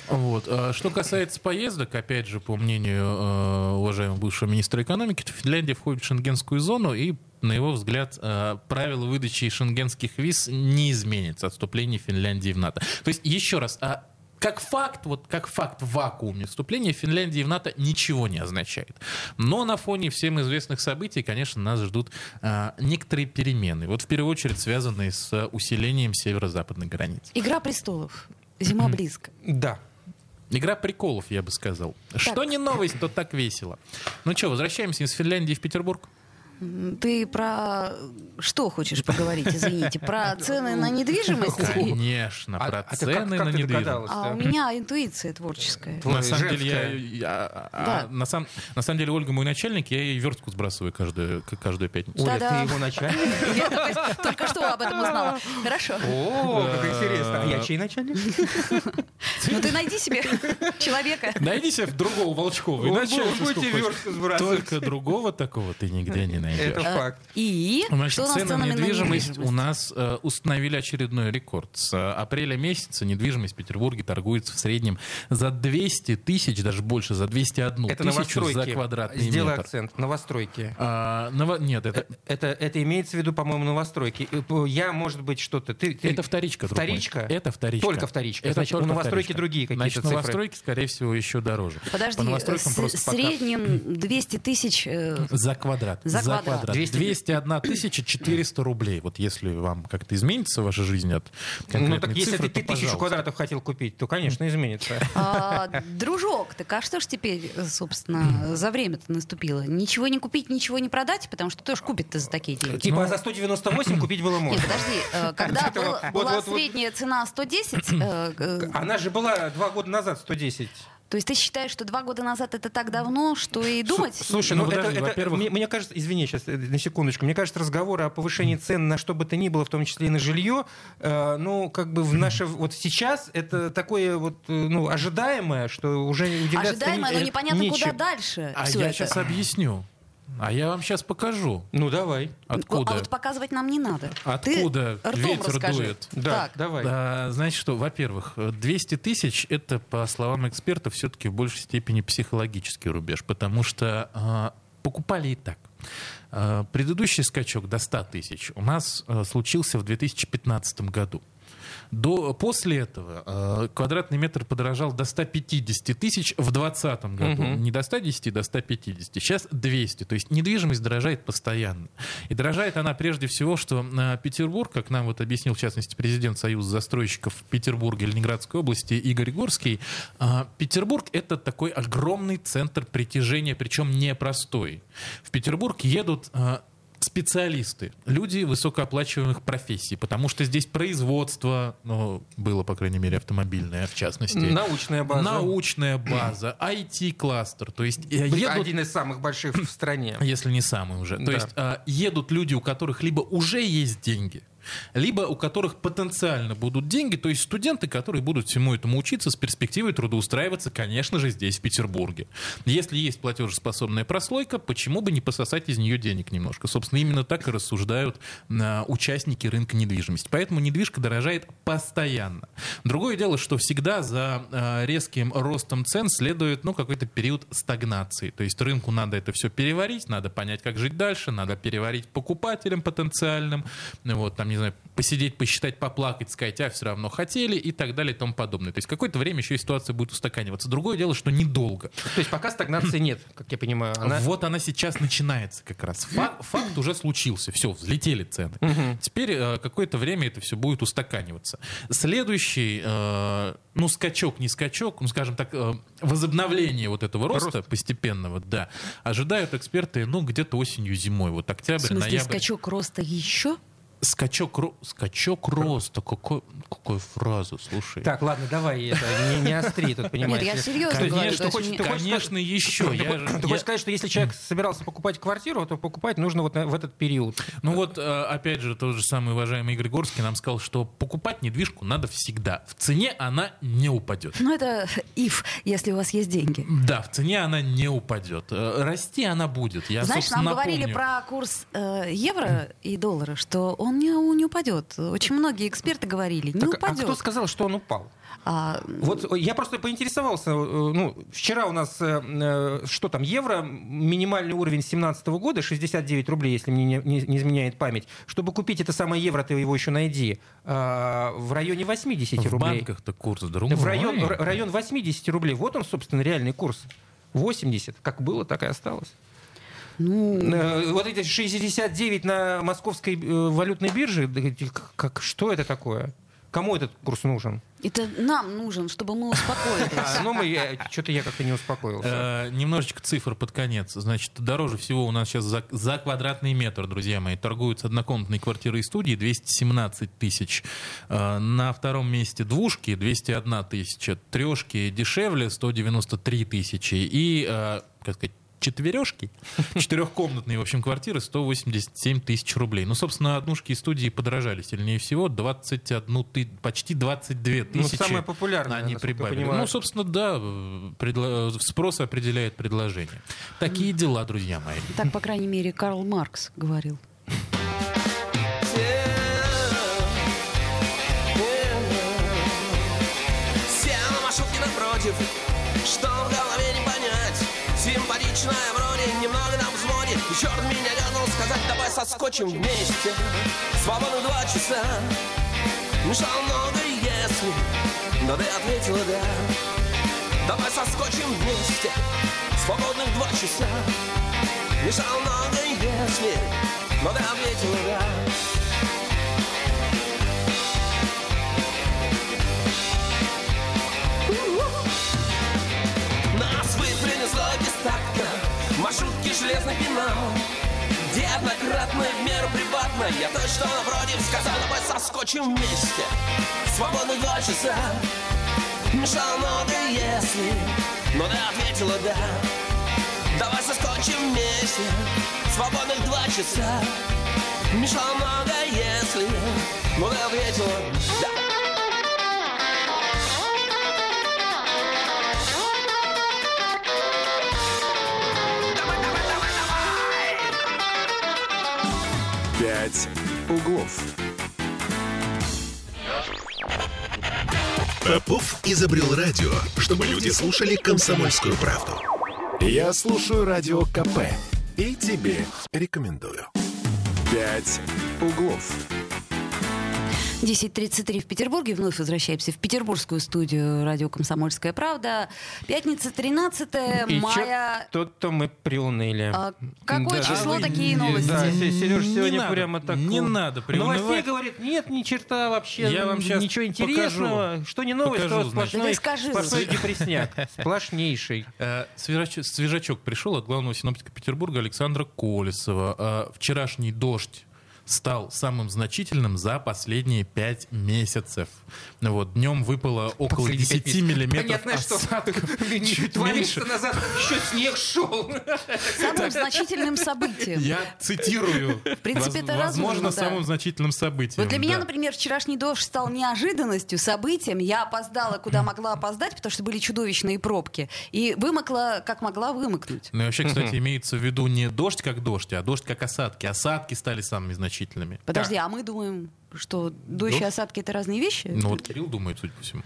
[SPEAKER 5] Вот. а Что касается поездок, опять же, по мнению э, уважаемого бывшего министра экономики, то Финляндия входит в шенгенскую зону и на его взгляд, э, правила выдачи шенгенских виз не изменятся от вступления Финляндии в НАТО. То есть, еще раз, а как факт, вот как факт в вакууме вступление Финляндии в НАТО ничего не означает. Но на фоне всем известных событий, конечно, нас ждут а, некоторые перемены. Вот в первую очередь связанные с а, усилением северо-западной границы.
[SPEAKER 3] Игра престолов. Зима близко.
[SPEAKER 4] да.
[SPEAKER 5] Игра приколов, я бы сказал. Что не новость, то так весело. Ну что, возвращаемся из Финляндии в Петербург?
[SPEAKER 3] М, Ты про что хочешь поговорить, извините? Про [laughs] цены на недвижимость? или-
[SPEAKER 5] Конечно, про
[SPEAKER 4] ты А, как-
[SPEAKER 5] цены
[SPEAKER 4] как
[SPEAKER 5] на
[SPEAKER 4] ты
[SPEAKER 5] недвижимость.
[SPEAKER 4] догадалась,
[SPEAKER 3] А
[SPEAKER 4] да?
[SPEAKER 3] у меня интуиция творческая.
[SPEAKER 4] Твоя
[SPEAKER 5] На самом, деле, я,
[SPEAKER 4] женская.
[SPEAKER 5] я- а,
[SPEAKER 3] Да.
[SPEAKER 5] на, сам- на самом деле, Ольга мой начальник, я ей вертку сбрасываю каждую, к- каждую пятницу.
[SPEAKER 4] Оля,
[SPEAKER 3] Да-да.
[SPEAKER 4] ты
[SPEAKER 3] [laughs]
[SPEAKER 4] его начальник?
[SPEAKER 3] [laughs] Я только- только что об этом узнала. Хорошо.
[SPEAKER 4] О, как интересно. А я чей начальник?
[SPEAKER 3] Ну ты найди себе человека.
[SPEAKER 5] Найди себе другого Волчкова. и
[SPEAKER 4] Вы
[SPEAKER 5] начальника
[SPEAKER 4] будете
[SPEAKER 5] сколько хочешь.
[SPEAKER 4] верстку сбрасывать.
[SPEAKER 5] Только А. другого такого ты нигде не найдешь.
[SPEAKER 4] Это факт.
[SPEAKER 3] И что
[SPEAKER 5] Ну, Значит,
[SPEAKER 3] у нас с
[SPEAKER 5] цены на
[SPEAKER 3] ценами на
[SPEAKER 5] недвижимость у
[SPEAKER 3] недвижимость?
[SPEAKER 5] нас э, установили очередной рекорд. С э, апреля месяца недвижимость в Петербурге торгуется в среднем за 200 тысяч, даже больше, за 201
[SPEAKER 4] Это
[SPEAKER 5] Ну, тысячу
[SPEAKER 4] новостройки.
[SPEAKER 5] за квадратный
[SPEAKER 4] Сделай
[SPEAKER 5] метр.
[SPEAKER 4] акцент. Новостройки.
[SPEAKER 5] А, ново- Нет, это,
[SPEAKER 4] Это, это имеется в виду, по-моему, новостройки. э, Я, может быть, что-то... Ты, ты-
[SPEAKER 5] это вторичка. друг мой.
[SPEAKER 4] Э, Вторичка?
[SPEAKER 5] Это вторичка.
[SPEAKER 4] Только вторичка.
[SPEAKER 5] Это
[SPEAKER 4] Значит, у
[SPEAKER 5] только
[SPEAKER 4] новостройки
[SPEAKER 5] вторичка.
[SPEAKER 4] другие какие-то
[SPEAKER 5] Значит,
[SPEAKER 4] цифры.
[SPEAKER 5] новостройки, скорее всего, еще дороже.
[SPEAKER 3] Подожди,
[SPEAKER 5] По новостройкам
[SPEAKER 3] с-
[SPEAKER 5] просто
[SPEAKER 3] в
[SPEAKER 5] пока-
[SPEAKER 3] среднем 200 тысяч... э,
[SPEAKER 5] За квадрат.
[SPEAKER 3] За квадрат.
[SPEAKER 5] 200... 201 тысяча 400 рублей. Вот если вам как-то изменится ваша жизнь от конкретной
[SPEAKER 4] Ну так если
[SPEAKER 5] цифры,
[SPEAKER 4] ты тысячу
[SPEAKER 5] то, пожалуйста.
[SPEAKER 4] квадратов хотел купить, то, конечно, изменится.
[SPEAKER 3] а, Дружок, так а что ж теперь, э, собственно, за время-то наступило? Ничего не купить, ничего не продать, потому что кто ж купит-то за такие
[SPEAKER 5] Ну,
[SPEAKER 3] деньги?
[SPEAKER 4] Типа а за
[SPEAKER 5] [clears throat]
[SPEAKER 4] 198 купить было
[SPEAKER 3] Нет,
[SPEAKER 4] можно.
[SPEAKER 3] подожди,
[SPEAKER 4] [laughs]
[SPEAKER 3] э, когда
[SPEAKER 4] этого-
[SPEAKER 3] была-
[SPEAKER 4] вот,
[SPEAKER 3] была
[SPEAKER 4] вот, вот.
[SPEAKER 3] средняя цена 110, э, э,
[SPEAKER 4] Она же была два года назад 110.
[SPEAKER 3] то есть ты считаешь, что два года назад это так давно, что и думать?
[SPEAKER 4] Слушай,
[SPEAKER 5] Ну,
[SPEAKER 4] ну,
[SPEAKER 5] подожди,
[SPEAKER 4] это, это-
[SPEAKER 5] во-первых-
[SPEAKER 4] мне, мне кажется, извини, сейчас на секундочку, мне кажется, разговоры о повышении цен на что бы то ни было, в том числе и на жилье, э, ну, как
[SPEAKER 5] [clears throat]
[SPEAKER 4] бы в наше, вот сейчас это такое вот, э, ну, ожидаемое, что уже удивляться
[SPEAKER 3] Ожидаемо, но
[SPEAKER 4] э,
[SPEAKER 3] непонятно, куда
[SPEAKER 4] нечем.
[SPEAKER 3] дальше
[SPEAKER 5] А
[SPEAKER 3] Э, всё
[SPEAKER 5] я
[SPEAKER 3] это.
[SPEAKER 5] сейчас объясню. А я вам сейчас покажу,
[SPEAKER 4] Ну, давай.
[SPEAKER 5] откуда.
[SPEAKER 3] А вот показывать нам не надо.
[SPEAKER 5] Откуда
[SPEAKER 3] Ты ртом
[SPEAKER 5] ветер
[SPEAKER 3] расскажи.
[SPEAKER 5] дует?
[SPEAKER 4] Да,
[SPEAKER 3] Так.
[SPEAKER 4] давай.
[SPEAKER 5] А, значит, что, во-первых, 200 тысяч — это, по словам экспертов, все-таки в большей степени психологический рубеж, потому что а, покупали и так. А, Предыдущий скачок до 100 тысяч у нас а, случился в 2015 году. До, после этого э, квадратный метр подорожал до 150 тысяч в 2020 году. Не до 110, до 150. Сейчас 200. То есть недвижимость дорожает постоянно. И дорожает она прежде всего, что э, Петербург, как нам вот объяснил, в частности, президент Союза застройщиков Петербурга и Ленинградской области Игорь Горский, э, Петербург — это такой огромный центр притяжения, причем непростой. В Петербург едут э, специалисты, люди высокооплачиваемых профессий, потому что здесь производство, ну, было, по крайней мере, автомобильное, в частности.
[SPEAKER 4] Научная база.
[SPEAKER 5] Научная база, IT-кластер. То есть э,
[SPEAKER 4] При-
[SPEAKER 5] едут
[SPEAKER 4] Один из самых больших в стране.
[SPEAKER 5] если не самый уже. То
[SPEAKER 4] Да.
[SPEAKER 5] есть а, едут люди, у которых либо уже есть деньги, либо у которых потенциально будут деньги, то есть студенты, которые будут всему этому учиться с перспективой трудоустраиваться, конечно же, здесь, в Петербурге. Если есть платежеспособная прослойка, почему бы не пососать из нее денег немножко? Собственно, именно так и рассуждают а, участники рынка недвижимости. Поэтому недвижка дорожает постоянно. Другое дело, что всегда за а, резким ростом цен следует ну, какой-то период стагнации. То есть рынку надо это все переварить, надо понять, как жить дальше, надо переварить покупателям потенциальным, ну, вот, там, не знаю, посидеть, посчитать, поплакать, сказать, а все равно хотели и так далее и тому подобное. То есть какое-то время еще и ситуация будет устаканиваться. Другое дело, что недолго.
[SPEAKER 4] [laughs] То есть пока стагнации нет, как я понимаю. Она...
[SPEAKER 5] Вот она сейчас начинается как раз. Факт, факт уже случился. Все, взлетели цены. Теперь э, какое-то время это все будет устаканиваться. Следующий, э, ну, скачок, не скачок, ну, скажем так, э, возобновление вот этого роста постепенного, да, ожидают эксперты, ну, где-то осенью, зимой, вот
[SPEAKER 3] В
[SPEAKER 5] октябрь,
[SPEAKER 3] смысле,
[SPEAKER 5] ноябрь.
[SPEAKER 3] скачок роста еще?
[SPEAKER 5] Скачок, ро- скачок роста, какой, какой фразу, слушай.
[SPEAKER 4] Так, ладно, давай, это, не, не остри тут,
[SPEAKER 3] Нет,
[SPEAKER 4] понимаешь.
[SPEAKER 3] я
[SPEAKER 4] Если-
[SPEAKER 3] серьезно
[SPEAKER 5] Конечно,
[SPEAKER 3] говорю.
[SPEAKER 5] что
[SPEAKER 3] то есть
[SPEAKER 4] хочешь,
[SPEAKER 3] мне-
[SPEAKER 4] ты хочешь
[SPEAKER 5] Конечно, еще.
[SPEAKER 4] Ты,
[SPEAKER 5] Я
[SPEAKER 4] хо-
[SPEAKER 5] же-
[SPEAKER 4] ты
[SPEAKER 5] я-
[SPEAKER 4] хочешь сказать, что если человек собирался покупать квартиру, то покупать нужно вот на- в этот период.
[SPEAKER 5] Ну вот, э, опять же, тот же самый уважаемый Игорь Горский нам сказал, что покупать недвижку надо всегда. В цене она не упадет.
[SPEAKER 3] Ну, это if, если у вас есть деньги.
[SPEAKER 5] Да, в цене она не упадет. Э, Расти она будет. Я,
[SPEAKER 3] Знаешь,
[SPEAKER 5] собственно,
[SPEAKER 3] нам говорили
[SPEAKER 5] напомню.
[SPEAKER 3] про курс э, евро и доллара, что он не, не упадет. Очень многие эксперты говорили, не
[SPEAKER 4] Так, а
[SPEAKER 3] упадет.
[SPEAKER 4] кто сказал, что он упал?
[SPEAKER 3] А,
[SPEAKER 4] Вот э, я просто поинтересовался, э, ну, вчера у нас, э, э, что там, евро, минимальный уровень 2017 года, 69 рублей, если мне не, не- не изменяет память. Чтобы купить это самое евро, ты его еще найди, э, в районе 80
[SPEAKER 5] В
[SPEAKER 4] рублей.
[SPEAKER 5] банках-то курс другой.
[SPEAKER 4] В район, р- район 80 рублей. Вот он, собственно, реальный курс. 80. Как было, так и осталось.
[SPEAKER 3] ну,
[SPEAKER 4] Э, Вот эти 69 на московской э, валютной бирже, да, эти к- как, что это такое? Кому этот курс нужен?
[SPEAKER 3] это нам нужен, чтобы мы успокоились.
[SPEAKER 4] [laughs] А, ну, мы, что-то я как-то не успокоился.
[SPEAKER 5] Э, немножечко цифр под конец. Значит, дороже всего у нас сейчас за, за квадратный метр, друзья мои, торгуются однокомнатные квартиры и студии 217 тысяч. Э, на втором месте двушки 201 тысяча, трешки дешевле 193 тысячи и, э, как сказать, четвережки, четырехкомнатные, в общем, квартиры 187 тысяч рублей. Ну, собственно, однушки и студии подорожали сильнее всего, 21 ты, почти 22 тысячи.
[SPEAKER 4] Ну, самое популярное,
[SPEAKER 5] Они
[SPEAKER 4] насколько я
[SPEAKER 5] прибавили.
[SPEAKER 4] понимаю.
[SPEAKER 5] Ну, собственно, да, э, предло- спрос определяет предложение. Такие дела, друзья мои.
[SPEAKER 3] Так, по крайней мере, Карл Маркс говорил.
[SPEAKER 7] Все на маршрутке напротив Что в голове не понять Симпатичная вроде Немного на взводе И черт меня дернул сказать Давай соскочим вместе Свободу два часа Мешало много если Но ты ответила да Давай соскочим вместе Свободных два часа Мешало много если Но ты ответила да Нас выпрыгнули из дистакта Маршрутки железный пенал Где однократно и в меру приватно Я то, что вроде сказал Давай соскочим вместе Свободных два часа Мешал много если Но ты ответила да Давай соскочим вместе Свободных два часа Мешал много если Но ты ответила да
[SPEAKER 2] «Пять углов».
[SPEAKER 1] Попов изобрел радио, чтобы люди слушали комсомольскую правду.
[SPEAKER 2] Я слушаю Радио КП и тебе рекомендую. «Пять углов».
[SPEAKER 3] 10.33 в Петербурге. Вновь возвращаемся в петербургскую студию радио «Комсомольская правда». Пятница, 13
[SPEAKER 4] И
[SPEAKER 3] мая.
[SPEAKER 4] что-то мы приуныли.
[SPEAKER 3] А, какое
[SPEAKER 4] Да.
[SPEAKER 3] число
[SPEAKER 5] А вы
[SPEAKER 3] такие
[SPEAKER 5] не-
[SPEAKER 3] новости?
[SPEAKER 4] Да, Сереж
[SPEAKER 5] Не
[SPEAKER 4] сегодня
[SPEAKER 5] надо,
[SPEAKER 4] прямо так.
[SPEAKER 5] не
[SPEAKER 4] вот.
[SPEAKER 5] надо
[SPEAKER 4] Новостей
[SPEAKER 5] приунывать.
[SPEAKER 4] говорит, нет, ни черта вообще.
[SPEAKER 5] Я вам щас
[SPEAKER 4] ничего
[SPEAKER 5] покажу.
[SPEAKER 4] интересного. Что не новость,
[SPEAKER 5] Покажу,
[SPEAKER 4] что
[SPEAKER 5] значит.
[SPEAKER 4] сплошной,
[SPEAKER 3] Да ты скажи
[SPEAKER 4] сплошной
[SPEAKER 3] лучше.
[SPEAKER 4] депрессняк. [laughs] Сплошнейший.
[SPEAKER 5] Э, свежач- Свежачок пришел от главного синоптика Петербурга Александра Колесова. Э, Вчерашний дождь стал самым значительным за последние 5 месяцев. Ну Вот, днем выпало около
[SPEAKER 4] Последние пять
[SPEAKER 5] 10 миллиметров. А
[SPEAKER 4] Понятно, что
[SPEAKER 3] [laughs]
[SPEAKER 5] чуть
[SPEAKER 4] два
[SPEAKER 5] меньше.
[SPEAKER 4] месяца назад еще снег шел.
[SPEAKER 3] Самым значительным событием.
[SPEAKER 5] Я цитирую. В
[SPEAKER 3] принципе, это
[SPEAKER 5] Возможно,
[SPEAKER 3] разумно, да.
[SPEAKER 5] самым значительным событием.
[SPEAKER 3] Вот для меня,
[SPEAKER 5] да.
[SPEAKER 3] например, вчерашний дождь стал неожиданностью, событием. Я опоздала, куда могла опоздать, потому что были чудовищные пробки. И вымокла, как могла вымокнуть.
[SPEAKER 5] Ну и вообще, кстати, имеется в виду не дождь как дождь, а дождь как осадки. Осадки стали самыми значительными.
[SPEAKER 3] Подожди, а мы думаем, что дождь и
[SPEAKER 5] Ну.
[SPEAKER 3] осадки — это разные вещи?
[SPEAKER 5] Ну вот Кирилл думает, судя по всему.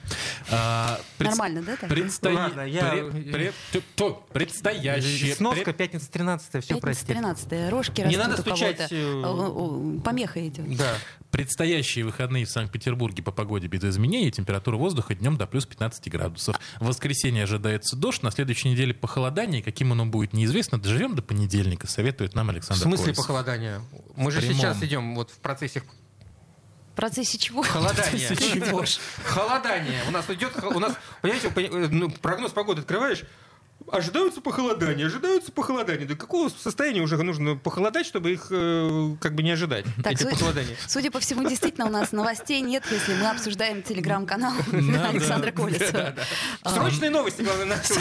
[SPEAKER 5] А, пред-
[SPEAKER 3] Э, Нормально, да? так?
[SPEAKER 5] предстоя-
[SPEAKER 4] Ладно, я-
[SPEAKER 5] пред- пред- тю- тю- Предстоящее...
[SPEAKER 4] А Сноска,
[SPEAKER 5] пред-
[SPEAKER 4] пятница 13 все,
[SPEAKER 3] Пятница
[SPEAKER 4] простите.
[SPEAKER 3] 13 рожки
[SPEAKER 4] Не
[SPEAKER 3] растут
[SPEAKER 4] надо
[SPEAKER 3] у кого-то.
[SPEAKER 4] стучать, э,
[SPEAKER 3] О, о, Помеха идет.
[SPEAKER 4] Да.
[SPEAKER 5] Предстоящие выходные в Санкт-Петербурге по погоде без изменений. Температура воздуха днем до плюс 15 градусов. В воскресенье ожидается дождь. На следующей неделе похолодание. Каким оно будет, неизвестно. Доживем до понедельника, советует нам
[SPEAKER 4] В
[SPEAKER 5] Александр
[SPEAKER 4] смысле
[SPEAKER 5] Колесов.
[SPEAKER 4] похолодания? Мы же
[SPEAKER 5] прямом.
[SPEAKER 4] сейчас идем вот в процессе
[SPEAKER 3] В процессе чего?
[SPEAKER 4] Холодание.
[SPEAKER 3] Чего?
[SPEAKER 4] Холодание. У нас идет, хо- у нас, понимаете, вы пони- э, ну, прогноз погоды открываешь, ожидаются похолодания, ожидаются похолодания. До какого состояния уже нужно похолодать, чтобы их э, как бы не ожидать?
[SPEAKER 3] Так,
[SPEAKER 4] эти
[SPEAKER 3] судя,
[SPEAKER 4] похолодания.
[SPEAKER 3] [laughs] судя по всему, действительно, у нас новостей нет, если мы обсуждаем
[SPEAKER 5] [laughs]
[SPEAKER 3] телеграм-канал
[SPEAKER 5] Да,
[SPEAKER 3] Александра
[SPEAKER 5] да.
[SPEAKER 3] Колесова. А,
[SPEAKER 4] Срочные новости, главное, начал.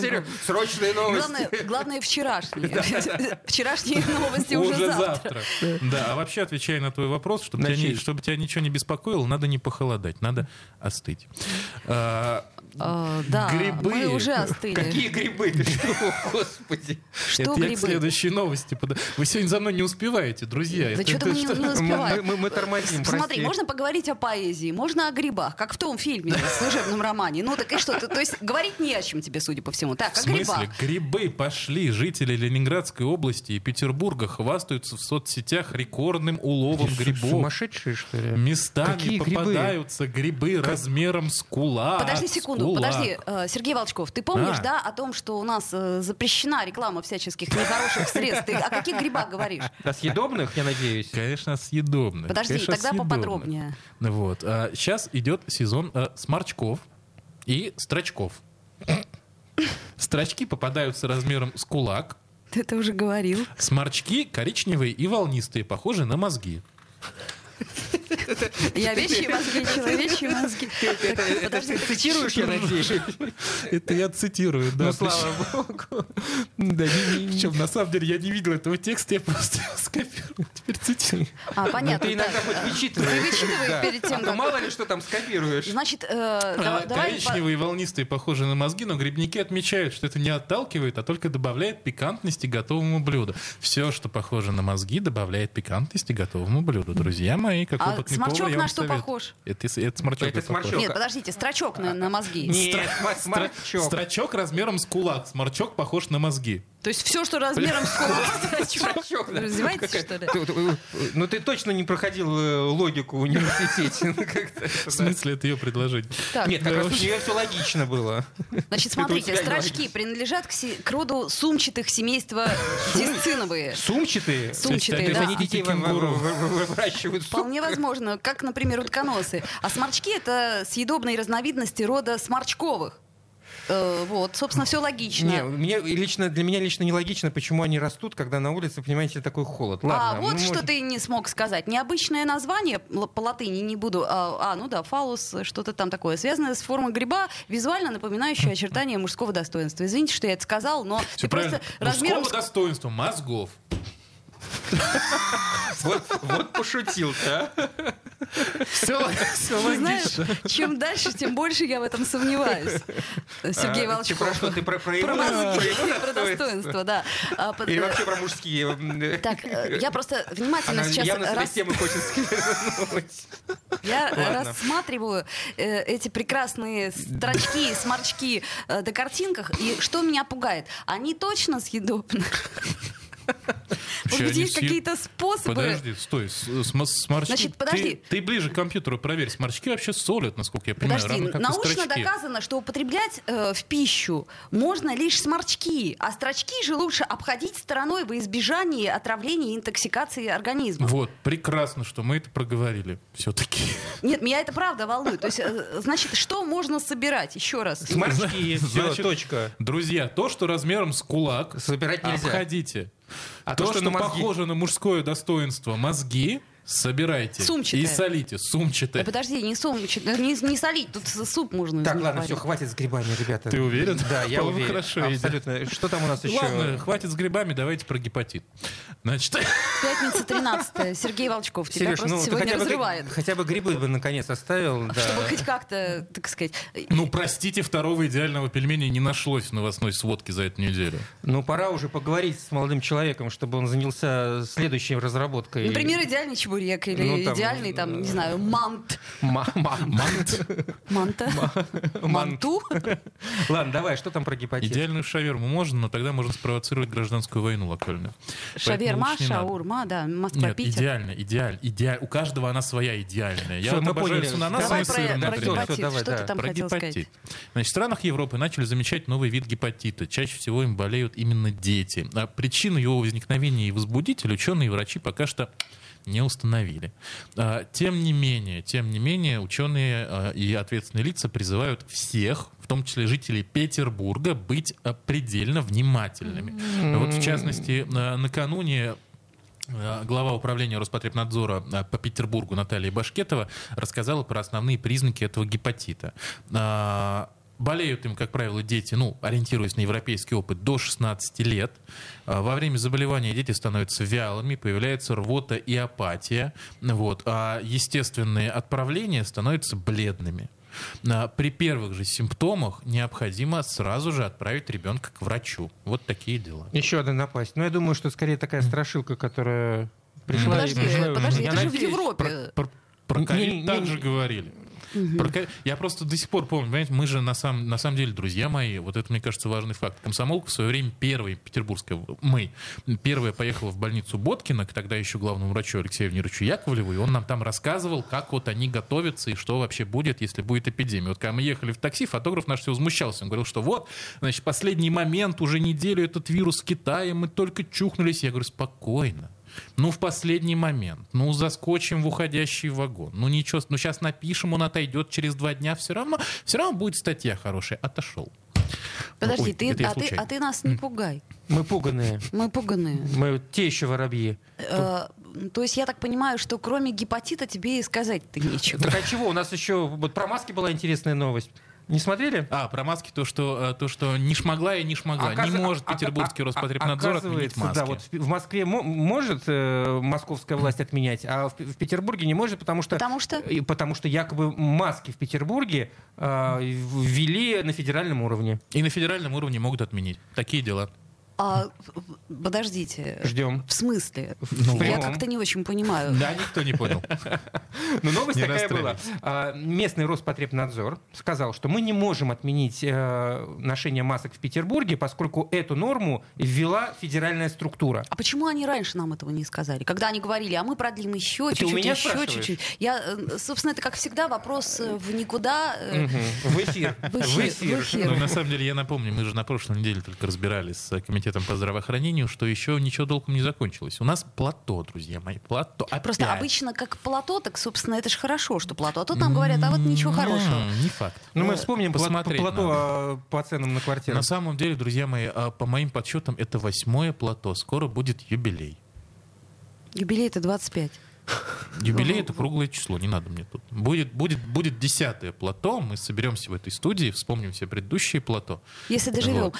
[SPEAKER 4] Серёг, Срочные новости.
[SPEAKER 3] Главное, главное
[SPEAKER 5] [laughs]
[SPEAKER 3] вчерашние. [laughs] Вчерашние новости уже
[SPEAKER 5] Уже
[SPEAKER 3] завтра.
[SPEAKER 5] завтра. Да, а вообще, отвечая на твой вопрос, чтобы, тебя,
[SPEAKER 4] Значит.
[SPEAKER 5] ни- чтобы тебя ничего не беспокоило, надо не похолодать, надо остыть. А,
[SPEAKER 3] А, Да,
[SPEAKER 5] Грибы.
[SPEAKER 3] мы уже остыли.
[SPEAKER 4] Какие грибы? Ты что, господи.
[SPEAKER 3] э, Что
[SPEAKER 5] это я к
[SPEAKER 3] грибы?
[SPEAKER 5] следующей новости. под- Вы сегодня за мной не успеваете, друзья.
[SPEAKER 3] Да
[SPEAKER 5] Это-
[SPEAKER 3] что-то
[SPEAKER 5] это
[SPEAKER 3] мы не не
[SPEAKER 4] Мы, мы-
[SPEAKER 3] успеваем.
[SPEAKER 4] мы- мы тормозим,
[SPEAKER 3] Смотри,
[SPEAKER 4] прости.
[SPEAKER 3] можно поговорить о поэзии, можно о грибах, как в том фильме, в служебном романе. Ну так и что? ты- То есть говорить не о чем тебе, судя по всему. Так,
[SPEAKER 5] В
[SPEAKER 3] о
[SPEAKER 5] смысле?
[SPEAKER 3] грибах.
[SPEAKER 5] Грибы пошли. Жители Ленинградской области и Петербурга хвастаются в соцсетях рекордным уловом
[SPEAKER 4] Ты что,
[SPEAKER 5] грибов.
[SPEAKER 4] Сумасшедшие, что ли?
[SPEAKER 5] Местами
[SPEAKER 4] Какие грибы?
[SPEAKER 5] попадаются грибы, размером с кулак.
[SPEAKER 3] Подожди секунду,
[SPEAKER 5] с кулак.
[SPEAKER 3] подожди, э, Сергей Волчков, ты помнишь,
[SPEAKER 5] А.
[SPEAKER 3] да, о том, что у нас э, запрещена реклама всяких нехороших средств? Ты о каких грибах говоришь?
[SPEAKER 4] Да, съедобных, я надеюсь.
[SPEAKER 5] Конечно, съедобных.
[SPEAKER 3] Подожди,
[SPEAKER 5] Конечно,
[SPEAKER 3] тогда
[SPEAKER 5] съедобных.
[SPEAKER 3] поподробнее.
[SPEAKER 5] Вот. сейчас идет сезон а, сморчков и строчков. Строчки попадаются размером с кулак.
[SPEAKER 3] Ты это уже говорил.
[SPEAKER 5] Сморчки коричневые и волнистые, похожие на мозги.
[SPEAKER 3] Я вещи мозги, человечьи мозги. Так,
[SPEAKER 4] Это
[SPEAKER 3] подожди.
[SPEAKER 4] ты цитируешь, я надеюсь?
[SPEAKER 5] Это я цитирую, да.
[SPEAKER 4] Ну, слава богу. Да, не- не- не-
[SPEAKER 5] Причем, на самом деле, я не видел этого текста, я просто скопировал. Теперь цитирую.
[SPEAKER 3] А,
[SPEAKER 4] Ну,
[SPEAKER 3] понятно.
[SPEAKER 4] ты иногда
[SPEAKER 3] так.
[SPEAKER 4] хоть вычитываешь.
[SPEAKER 3] Ты вычитываешь
[SPEAKER 4] Да.
[SPEAKER 3] перед тем,
[SPEAKER 4] А то
[SPEAKER 3] как-
[SPEAKER 4] мало ли что там скопируешь.
[SPEAKER 3] Значит, э, дава- давай...
[SPEAKER 5] А,
[SPEAKER 3] по-
[SPEAKER 5] Коричневые и волнистые похожи на мозги, но грибники отмечают, что это не отталкивает, а только добавляет пикантности готовому блюду. Все, что похоже на мозги, добавляет пикантности готовому блюду. Друзья мои, как
[SPEAKER 3] А
[SPEAKER 5] опытный
[SPEAKER 3] сморчок
[SPEAKER 5] повар, я
[SPEAKER 3] на
[SPEAKER 5] вам
[SPEAKER 3] что
[SPEAKER 5] советую.
[SPEAKER 3] похож?
[SPEAKER 5] Это, с- это сморчок.
[SPEAKER 4] Это
[SPEAKER 5] и похож.
[SPEAKER 4] сморчок.
[SPEAKER 3] Нет, подождите, строчок на, на мозги.
[SPEAKER 4] Нет, мать,
[SPEAKER 5] Стра-
[SPEAKER 4] сморчок.
[SPEAKER 5] Строчок размером с кулак. Сморчок похож на мозги.
[SPEAKER 3] То есть все, что размером с
[SPEAKER 4] [laughs]
[SPEAKER 3] кулак,
[SPEAKER 4] Строчок,
[SPEAKER 3] строчок.
[SPEAKER 4] да.
[SPEAKER 3] Развивается,
[SPEAKER 4] Какая-
[SPEAKER 3] что ли?
[SPEAKER 4] Ты- ты- Ну ты точно не проходил э, логику в университете. Ну, как-то Ну, это,
[SPEAKER 5] В
[SPEAKER 4] да.
[SPEAKER 5] смысле это ее предложение?
[SPEAKER 3] Так,
[SPEAKER 4] Нет, как раз
[SPEAKER 5] вообще.
[SPEAKER 4] у нее все логично было.
[SPEAKER 3] значит,
[SPEAKER 4] это у
[SPEAKER 3] смотрите,
[SPEAKER 4] тебя
[SPEAKER 3] строчки
[SPEAKER 4] логично.
[SPEAKER 3] принадлежат к, си- к роду сумчатых семейства дисциновые.
[SPEAKER 4] Сумчатые.
[SPEAKER 3] Сумчатые,
[SPEAKER 5] это
[SPEAKER 4] Это
[SPEAKER 3] да.
[SPEAKER 4] э, они детей вы- вы-
[SPEAKER 5] Кенгуру.
[SPEAKER 4] вы- вы- вы- выращивают.
[SPEAKER 3] Вполне возможно, как, например, утконосы. А сморчки — это съедобные разновидности рода сморчковых. Э, вот, собственно, все логично.
[SPEAKER 4] Не, мне лично, для меня лично нелогично, почему они растут, когда на улице, понимаете, такой холод.
[SPEAKER 3] а
[SPEAKER 4] Ладно,
[SPEAKER 3] вот
[SPEAKER 4] мы
[SPEAKER 3] что
[SPEAKER 4] можем-
[SPEAKER 3] ты не смог сказать. Необычное название л- по латыни не буду. А, а, ну да, фалус, что-то там такое, связанное с формой гриба, визуально
[SPEAKER 4] [laughs]
[SPEAKER 3] напоминающее очертания мужского достоинства. Извините, что я это сказал, но
[SPEAKER 5] Все
[SPEAKER 3] ты просто
[SPEAKER 5] правильно.
[SPEAKER 3] размером
[SPEAKER 5] Мужского достоинства, мозгов.
[SPEAKER 4] Вот, вот а. пошутил, да?
[SPEAKER 5] Все,
[SPEAKER 4] [laughs]
[SPEAKER 3] с- Ты знаешь, [laughs] чем дальше, тем больше я в этом сомневаюсь. Сергей
[SPEAKER 4] [laughs] А, ты
[SPEAKER 3] Волчков.
[SPEAKER 4] про [laughs] что? Ты про, про,
[SPEAKER 3] Про
[SPEAKER 4] его-
[SPEAKER 3] мозги,
[SPEAKER 4] его
[SPEAKER 3] про достоинство, да. А, под-
[SPEAKER 4] Или вообще про мужские. м,
[SPEAKER 3] Так, э, я просто внимательно
[SPEAKER 4] Она
[SPEAKER 3] сейчас
[SPEAKER 4] явно с этой
[SPEAKER 3] рас-
[SPEAKER 4] темы хочет скинуть.
[SPEAKER 5] [laughs]
[SPEAKER 3] Я э,
[SPEAKER 4] Ладно.
[SPEAKER 3] рассматриваю э, эти прекрасные строчки, сморчки э, до картинках, и что меня пугает? Они точно
[SPEAKER 5] [laughs]
[SPEAKER 3] съедобны? Может быть,
[SPEAKER 5] они
[SPEAKER 3] есть
[SPEAKER 5] съед-
[SPEAKER 3] какие-то способы?
[SPEAKER 5] Подожди, стой, с- с- мо- сморчки.
[SPEAKER 3] Значит, подожди.
[SPEAKER 5] Ты, ты ближе к компьютеру проверь. Сморчки вообще солят, насколько я понимаю.
[SPEAKER 3] Подожди,
[SPEAKER 5] равно как и
[SPEAKER 3] научно
[SPEAKER 5] строчки.
[SPEAKER 3] доказано, что употреблять э, в пищу можно лишь сморчки, а строчки же лучше обходить стороной во избежании отравления и интоксикации организма.
[SPEAKER 5] Вот, прекрасно, что мы это проговорили все-таки.
[SPEAKER 3] Нет, меня это правда волнует. То есть, э, значит, что можно собирать? Еще раз.
[SPEAKER 4] Сморчки, все,
[SPEAKER 5] Значит-
[SPEAKER 4] точка.
[SPEAKER 5] Друзья, то, что размером с кулак,
[SPEAKER 4] Собирать нельзя.
[SPEAKER 5] обходите.
[SPEAKER 4] А
[SPEAKER 5] то,
[SPEAKER 4] то,
[SPEAKER 5] что,
[SPEAKER 4] что мозги-
[SPEAKER 5] похоже на мужское достоинство мозги, собирайте
[SPEAKER 3] Сумчатое. А
[SPEAKER 5] и солите. Сумчатое.
[SPEAKER 3] Да Э, подожди, не, сум, не, не солить, тут с- суп можно из
[SPEAKER 4] Так,
[SPEAKER 3] них
[SPEAKER 4] ладно,
[SPEAKER 3] варить.
[SPEAKER 4] все, хватит с грибами, ребята.
[SPEAKER 5] Ты уверен?
[SPEAKER 4] Да, я
[SPEAKER 5] По-моему,
[SPEAKER 4] уверен.
[SPEAKER 5] хорошо идет.
[SPEAKER 4] Абсолютно. Что там у нас еще?
[SPEAKER 5] Ладно, [laughs] хватит с грибами, давайте про гепатит. Значит, [laughs]
[SPEAKER 3] Пятница 13 Сергей Волчков тебя
[SPEAKER 4] Сереж,
[SPEAKER 3] просто
[SPEAKER 4] ну ты
[SPEAKER 3] сегодня
[SPEAKER 4] хотя бы,
[SPEAKER 3] разрывает.
[SPEAKER 4] гри- хотя бы грибы бы наконец оставил. да.
[SPEAKER 3] Чтобы хоть как-то, так сказать...
[SPEAKER 5] ну простите, второго идеального пельменя не нашлось в новостной сводке за эту неделю.
[SPEAKER 4] Ну, пора уже поговорить с молодым человеком, чтобы он занялся следующей разработкой.
[SPEAKER 3] Например, идеальный чебурек или
[SPEAKER 4] Ну, там,
[SPEAKER 3] идеальный, там, не знаю, мант.
[SPEAKER 4] Ма- ма-
[SPEAKER 5] Мант. [laughs]
[SPEAKER 3] Манта?
[SPEAKER 4] мант.
[SPEAKER 3] Манту?
[SPEAKER 4] Ладно, давай, что там про гепатит?
[SPEAKER 5] Идеальную шаверму можно, но тогда можно спровоцировать гражданскую войну локальную. Поэтому
[SPEAKER 3] Шаверма,
[SPEAKER 5] лучше не надо.
[SPEAKER 3] шаурма, да, Москва,
[SPEAKER 5] Нет,
[SPEAKER 3] Питер.
[SPEAKER 5] идеально, идеально, идеально. У каждого она своя идеальная. Я
[SPEAKER 4] Всё,
[SPEAKER 5] вот
[SPEAKER 4] мы
[SPEAKER 5] обожаю
[SPEAKER 4] поняли.
[SPEAKER 5] с ананасом
[SPEAKER 3] Давай
[SPEAKER 5] и
[SPEAKER 3] про,
[SPEAKER 5] сыром,
[SPEAKER 3] про
[SPEAKER 5] например.
[SPEAKER 3] гепатит,
[SPEAKER 4] Всё, давай,
[SPEAKER 3] что
[SPEAKER 4] да.
[SPEAKER 3] ты там
[SPEAKER 5] Про
[SPEAKER 3] хотел
[SPEAKER 5] гепатит.
[SPEAKER 3] сказать?
[SPEAKER 5] Значит, в странах Европы начали замечать новый вид гепатита. Чаще всего им болеют именно дети. А причину его возникновения и возбудитель ученые и врачи пока что не установили. А, Тем не менее, тем не менее, ученые а, и ответственные лица призывают всех, в том числе жителей Петербурга, быть а, предельно внимательными. Вот, в частности, а, накануне Э, Глава управления Роспотребнадзора э, по Петербургу Наталья Башкетова рассказала про основные признаки этого гепатита. А, Болеют им, как правило, дети, ну, ориентируясь на европейский опыт, до 16 лет. А, Во время заболевания дети становятся вялыми, появляется рвота и апатия. Вот. А естественные отправления становятся бледными. А, При первых же симптомах необходимо сразу же отправить ребенка к врачу. Вот такие дела.
[SPEAKER 4] Еще одна напасть. Но я думаю, что скорее такая страшилка, которая пришла. и
[SPEAKER 3] Подожди,
[SPEAKER 4] пришла.
[SPEAKER 3] подожди,
[SPEAKER 4] Я
[SPEAKER 3] это же в
[SPEAKER 4] надеюсь,
[SPEAKER 3] Европе.
[SPEAKER 5] Про, про
[SPEAKER 4] Не-
[SPEAKER 5] ковид
[SPEAKER 4] не-
[SPEAKER 5] так
[SPEAKER 4] не-
[SPEAKER 5] же говорили. Про ковид- Я просто до сих пор помню, понимаете, мы же на, самом на самом деле, друзья мои, вот это, мне кажется, важный факт. Комсомолка в свое время первой, петербургская, мы, первая поехала в больницу Боткина, к тогда еще главному врачу Алексею Венеровичу Яковлеву, и он нам там рассказывал, как вот они готовятся и что вообще будет, если будет эпидемия. Вот когда мы ехали в такси, фотограф наш все возмущался. Он говорил, что вот, значит, последний момент, уже неделю этот вирус в Китае, мы только чухнулись. Я говорю, спокойно. Ну, в последний момент. Ну, заскочим в уходящий вагон. Ну, ничего, ну, сейчас напишем, он отойдет через два дня. Все равно, все равно будет статья хорошая. Отошел.
[SPEAKER 3] Подожди,
[SPEAKER 5] Ой,
[SPEAKER 3] ты,
[SPEAKER 5] это я
[SPEAKER 3] а, ты,
[SPEAKER 5] случайно.
[SPEAKER 3] а ты нас не пугай.
[SPEAKER 4] Мы пуганые.
[SPEAKER 3] Мы пуганые.
[SPEAKER 4] Мы вот те еще воробьи.
[SPEAKER 3] Э, То есть я так понимаю, что кроме гепатита тебе и сказать-то нечего.
[SPEAKER 4] Так а чего? У нас еще вот про маски была интересная новость. Не смотрели?
[SPEAKER 5] А, про маски то, что, э, то, что не шмогла и не шмогла.
[SPEAKER 4] Оказ-
[SPEAKER 5] Не может
[SPEAKER 4] а- а-
[SPEAKER 5] петербургский
[SPEAKER 4] а-
[SPEAKER 5] Роспотребнадзор отменить
[SPEAKER 4] оказывается,
[SPEAKER 5] маски.
[SPEAKER 4] Да, вот в Пи- в Москве мо- может э, московская власть отменять, а в, Пи- в Петербурге не может, потому что...
[SPEAKER 3] Потому что?
[SPEAKER 4] И потому что якобы маски в Петербурге э, ввели на федеральном уровне.
[SPEAKER 5] И на федеральном уровне могут отменить. Такие дела.
[SPEAKER 3] А, подождите.
[SPEAKER 4] Ждем.
[SPEAKER 3] В смысле?
[SPEAKER 4] Ну,
[SPEAKER 3] я
[SPEAKER 4] прямом.
[SPEAKER 3] как-то не очень понимаю.
[SPEAKER 5] Да, никто не понял.
[SPEAKER 4] Но Ну, новость
[SPEAKER 5] Не
[SPEAKER 4] такая была.
[SPEAKER 5] расстраивайтесь.
[SPEAKER 4] А, Местный Роспотребнадзор сказал, что мы не можем отменить э, ношение масок в Петербурге, поскольку эту норму ввела федеральная структура.
[SPEAKER 3] А почему они раньше нам этого не сказали? Когда они говорили, а мы продлим еще
[SPEAKER 4] Ты у
[SPEAKER 3] чуть-чуть,
[SPEAKER 4] меня
[SPEAKER 3] еще
[SPEAKER 4] спрашиваешь?
[SPEAKER 3] чуть-чуть. Я, э, собственно, это как всегда вопрос э, в никуда. э,
[SPEAKER 4] Мгм. В эфир.
[SPEAKER 3] В эфир, в эфир.
[SPEAKER 5] [laughs] Ну, на самом деле, я напомню, мы же на прошлой неделе только разбирались с э, комитетом по здравоохранению, что еще ничего толком не закончилось. У нас плато, друзья мои, плато.
[SPEAKER 3] Просто
[SPEAKER 5] Опять.
[SPEAKER 3] обычно как плато, так, собственно, это же хорошо, что плато. А тут нам говорят, а вот ничего
[SPEAKER 5] М,
[SPEAKER 3] хорошего.
[SPEAKER 5] Не факт.
[SPEAKER 4] Ну, мы вспомним пла-
[SPEAKER 5] Посмотреть
[SPEAKER 4] плато
[SPEAKER 5] надо.
[SPEAKER 4] а, по ценам на квартиру.
[SPEAKER 5] На самом деле, друзья мои, а, по моим подсчетам, это восьмое плато. Скоро будет юбилей.
[SPEAKER 3] Юбилей это 25. Ну.
[SPEAKER 5] Юбилей это круглое число, не надо мне тут. Будет, будет, будет десятое плато. Мы соберемся в этой студии, вспомним все предыдущие плато.
[SPEAKER 3] Если доживем.
[SPEAKER 5] Вот.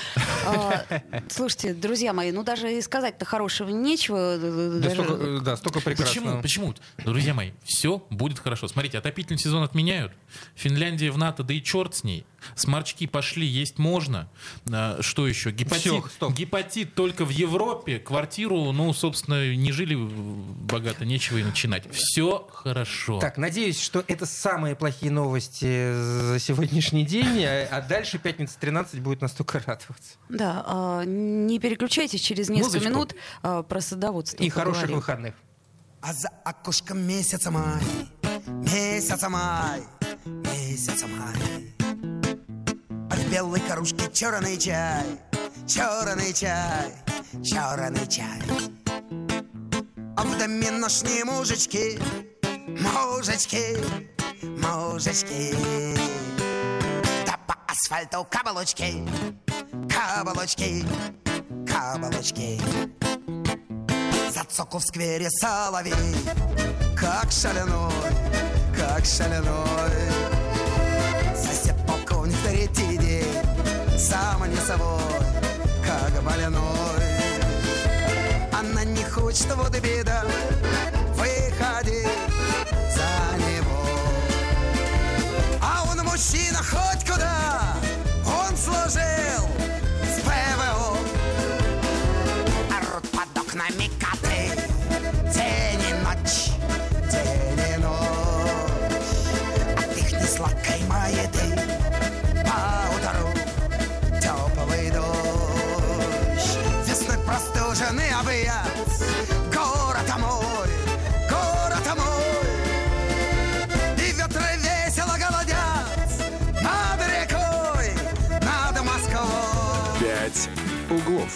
[SPEAKER 3] А, слушайте, друзья мои, ну даже и сказать-то хорошего нечего. э,
[SPEAKER 4] Да
[SPEAKER 3] даже-
[SPEAKER 4] столько, э, да, столько
[SPEAKER 5] Почему?
[SPEAKER 4] прекрасного.
[SPEAKER 5] Почему? Друзья мои, все будет хорошо. Смотрите, отопительный сезон отменяют. Финляндия в НАТО, да и черт с ней. Сморчки пошли, есть можно. А, Что еще? Гепатит,
[SPEAKER 4] Всё, стоп.
[SPEAKER 5] гепатит только в Европе. Квартиру, ну, собственно, не жили э, богато, нечего и начинать. Все хорошо.
[SPEAKER 4] Так, надеюсь, что это самые плохие новости за сегодняшний день, а а дальше пятница 13 будет настолько радоваться.
[SPEAKER 3] Да, а, не переключайтесь, через несколько
[SPEAKER 5] Музычку.
[SPEAKER 3] минут а, про садоводство.
[SPEAKER 4] И хороших
[SPEAKER 3] поговорим.
[SPEAKER 4] выходных.
[SPEAKER 8] А за окошком месяца май, месяца май, месяца май. А в белой кружке черный чай, черный чай, черный чай. А в доме ношные мужички, мужички, мужички. Да по асфальту кабалочки, кабалочки, кабалочки. от соков в сквере соловей Как шаляной, как шаляной Сосед полковник третий день Сам не собой, как больной она не хочет, вот и беда Выходи за него А он мужчина хоть куда Он служил с ПВО Орут под окнами коты День и ночь, день и ночь От их несладкой маяты По утру теплый дождь Весной простужены а объять Город мой, город мой И ветры весело голодят Над рекой, над Москвой
[SPEAKER 2] «Пять углов».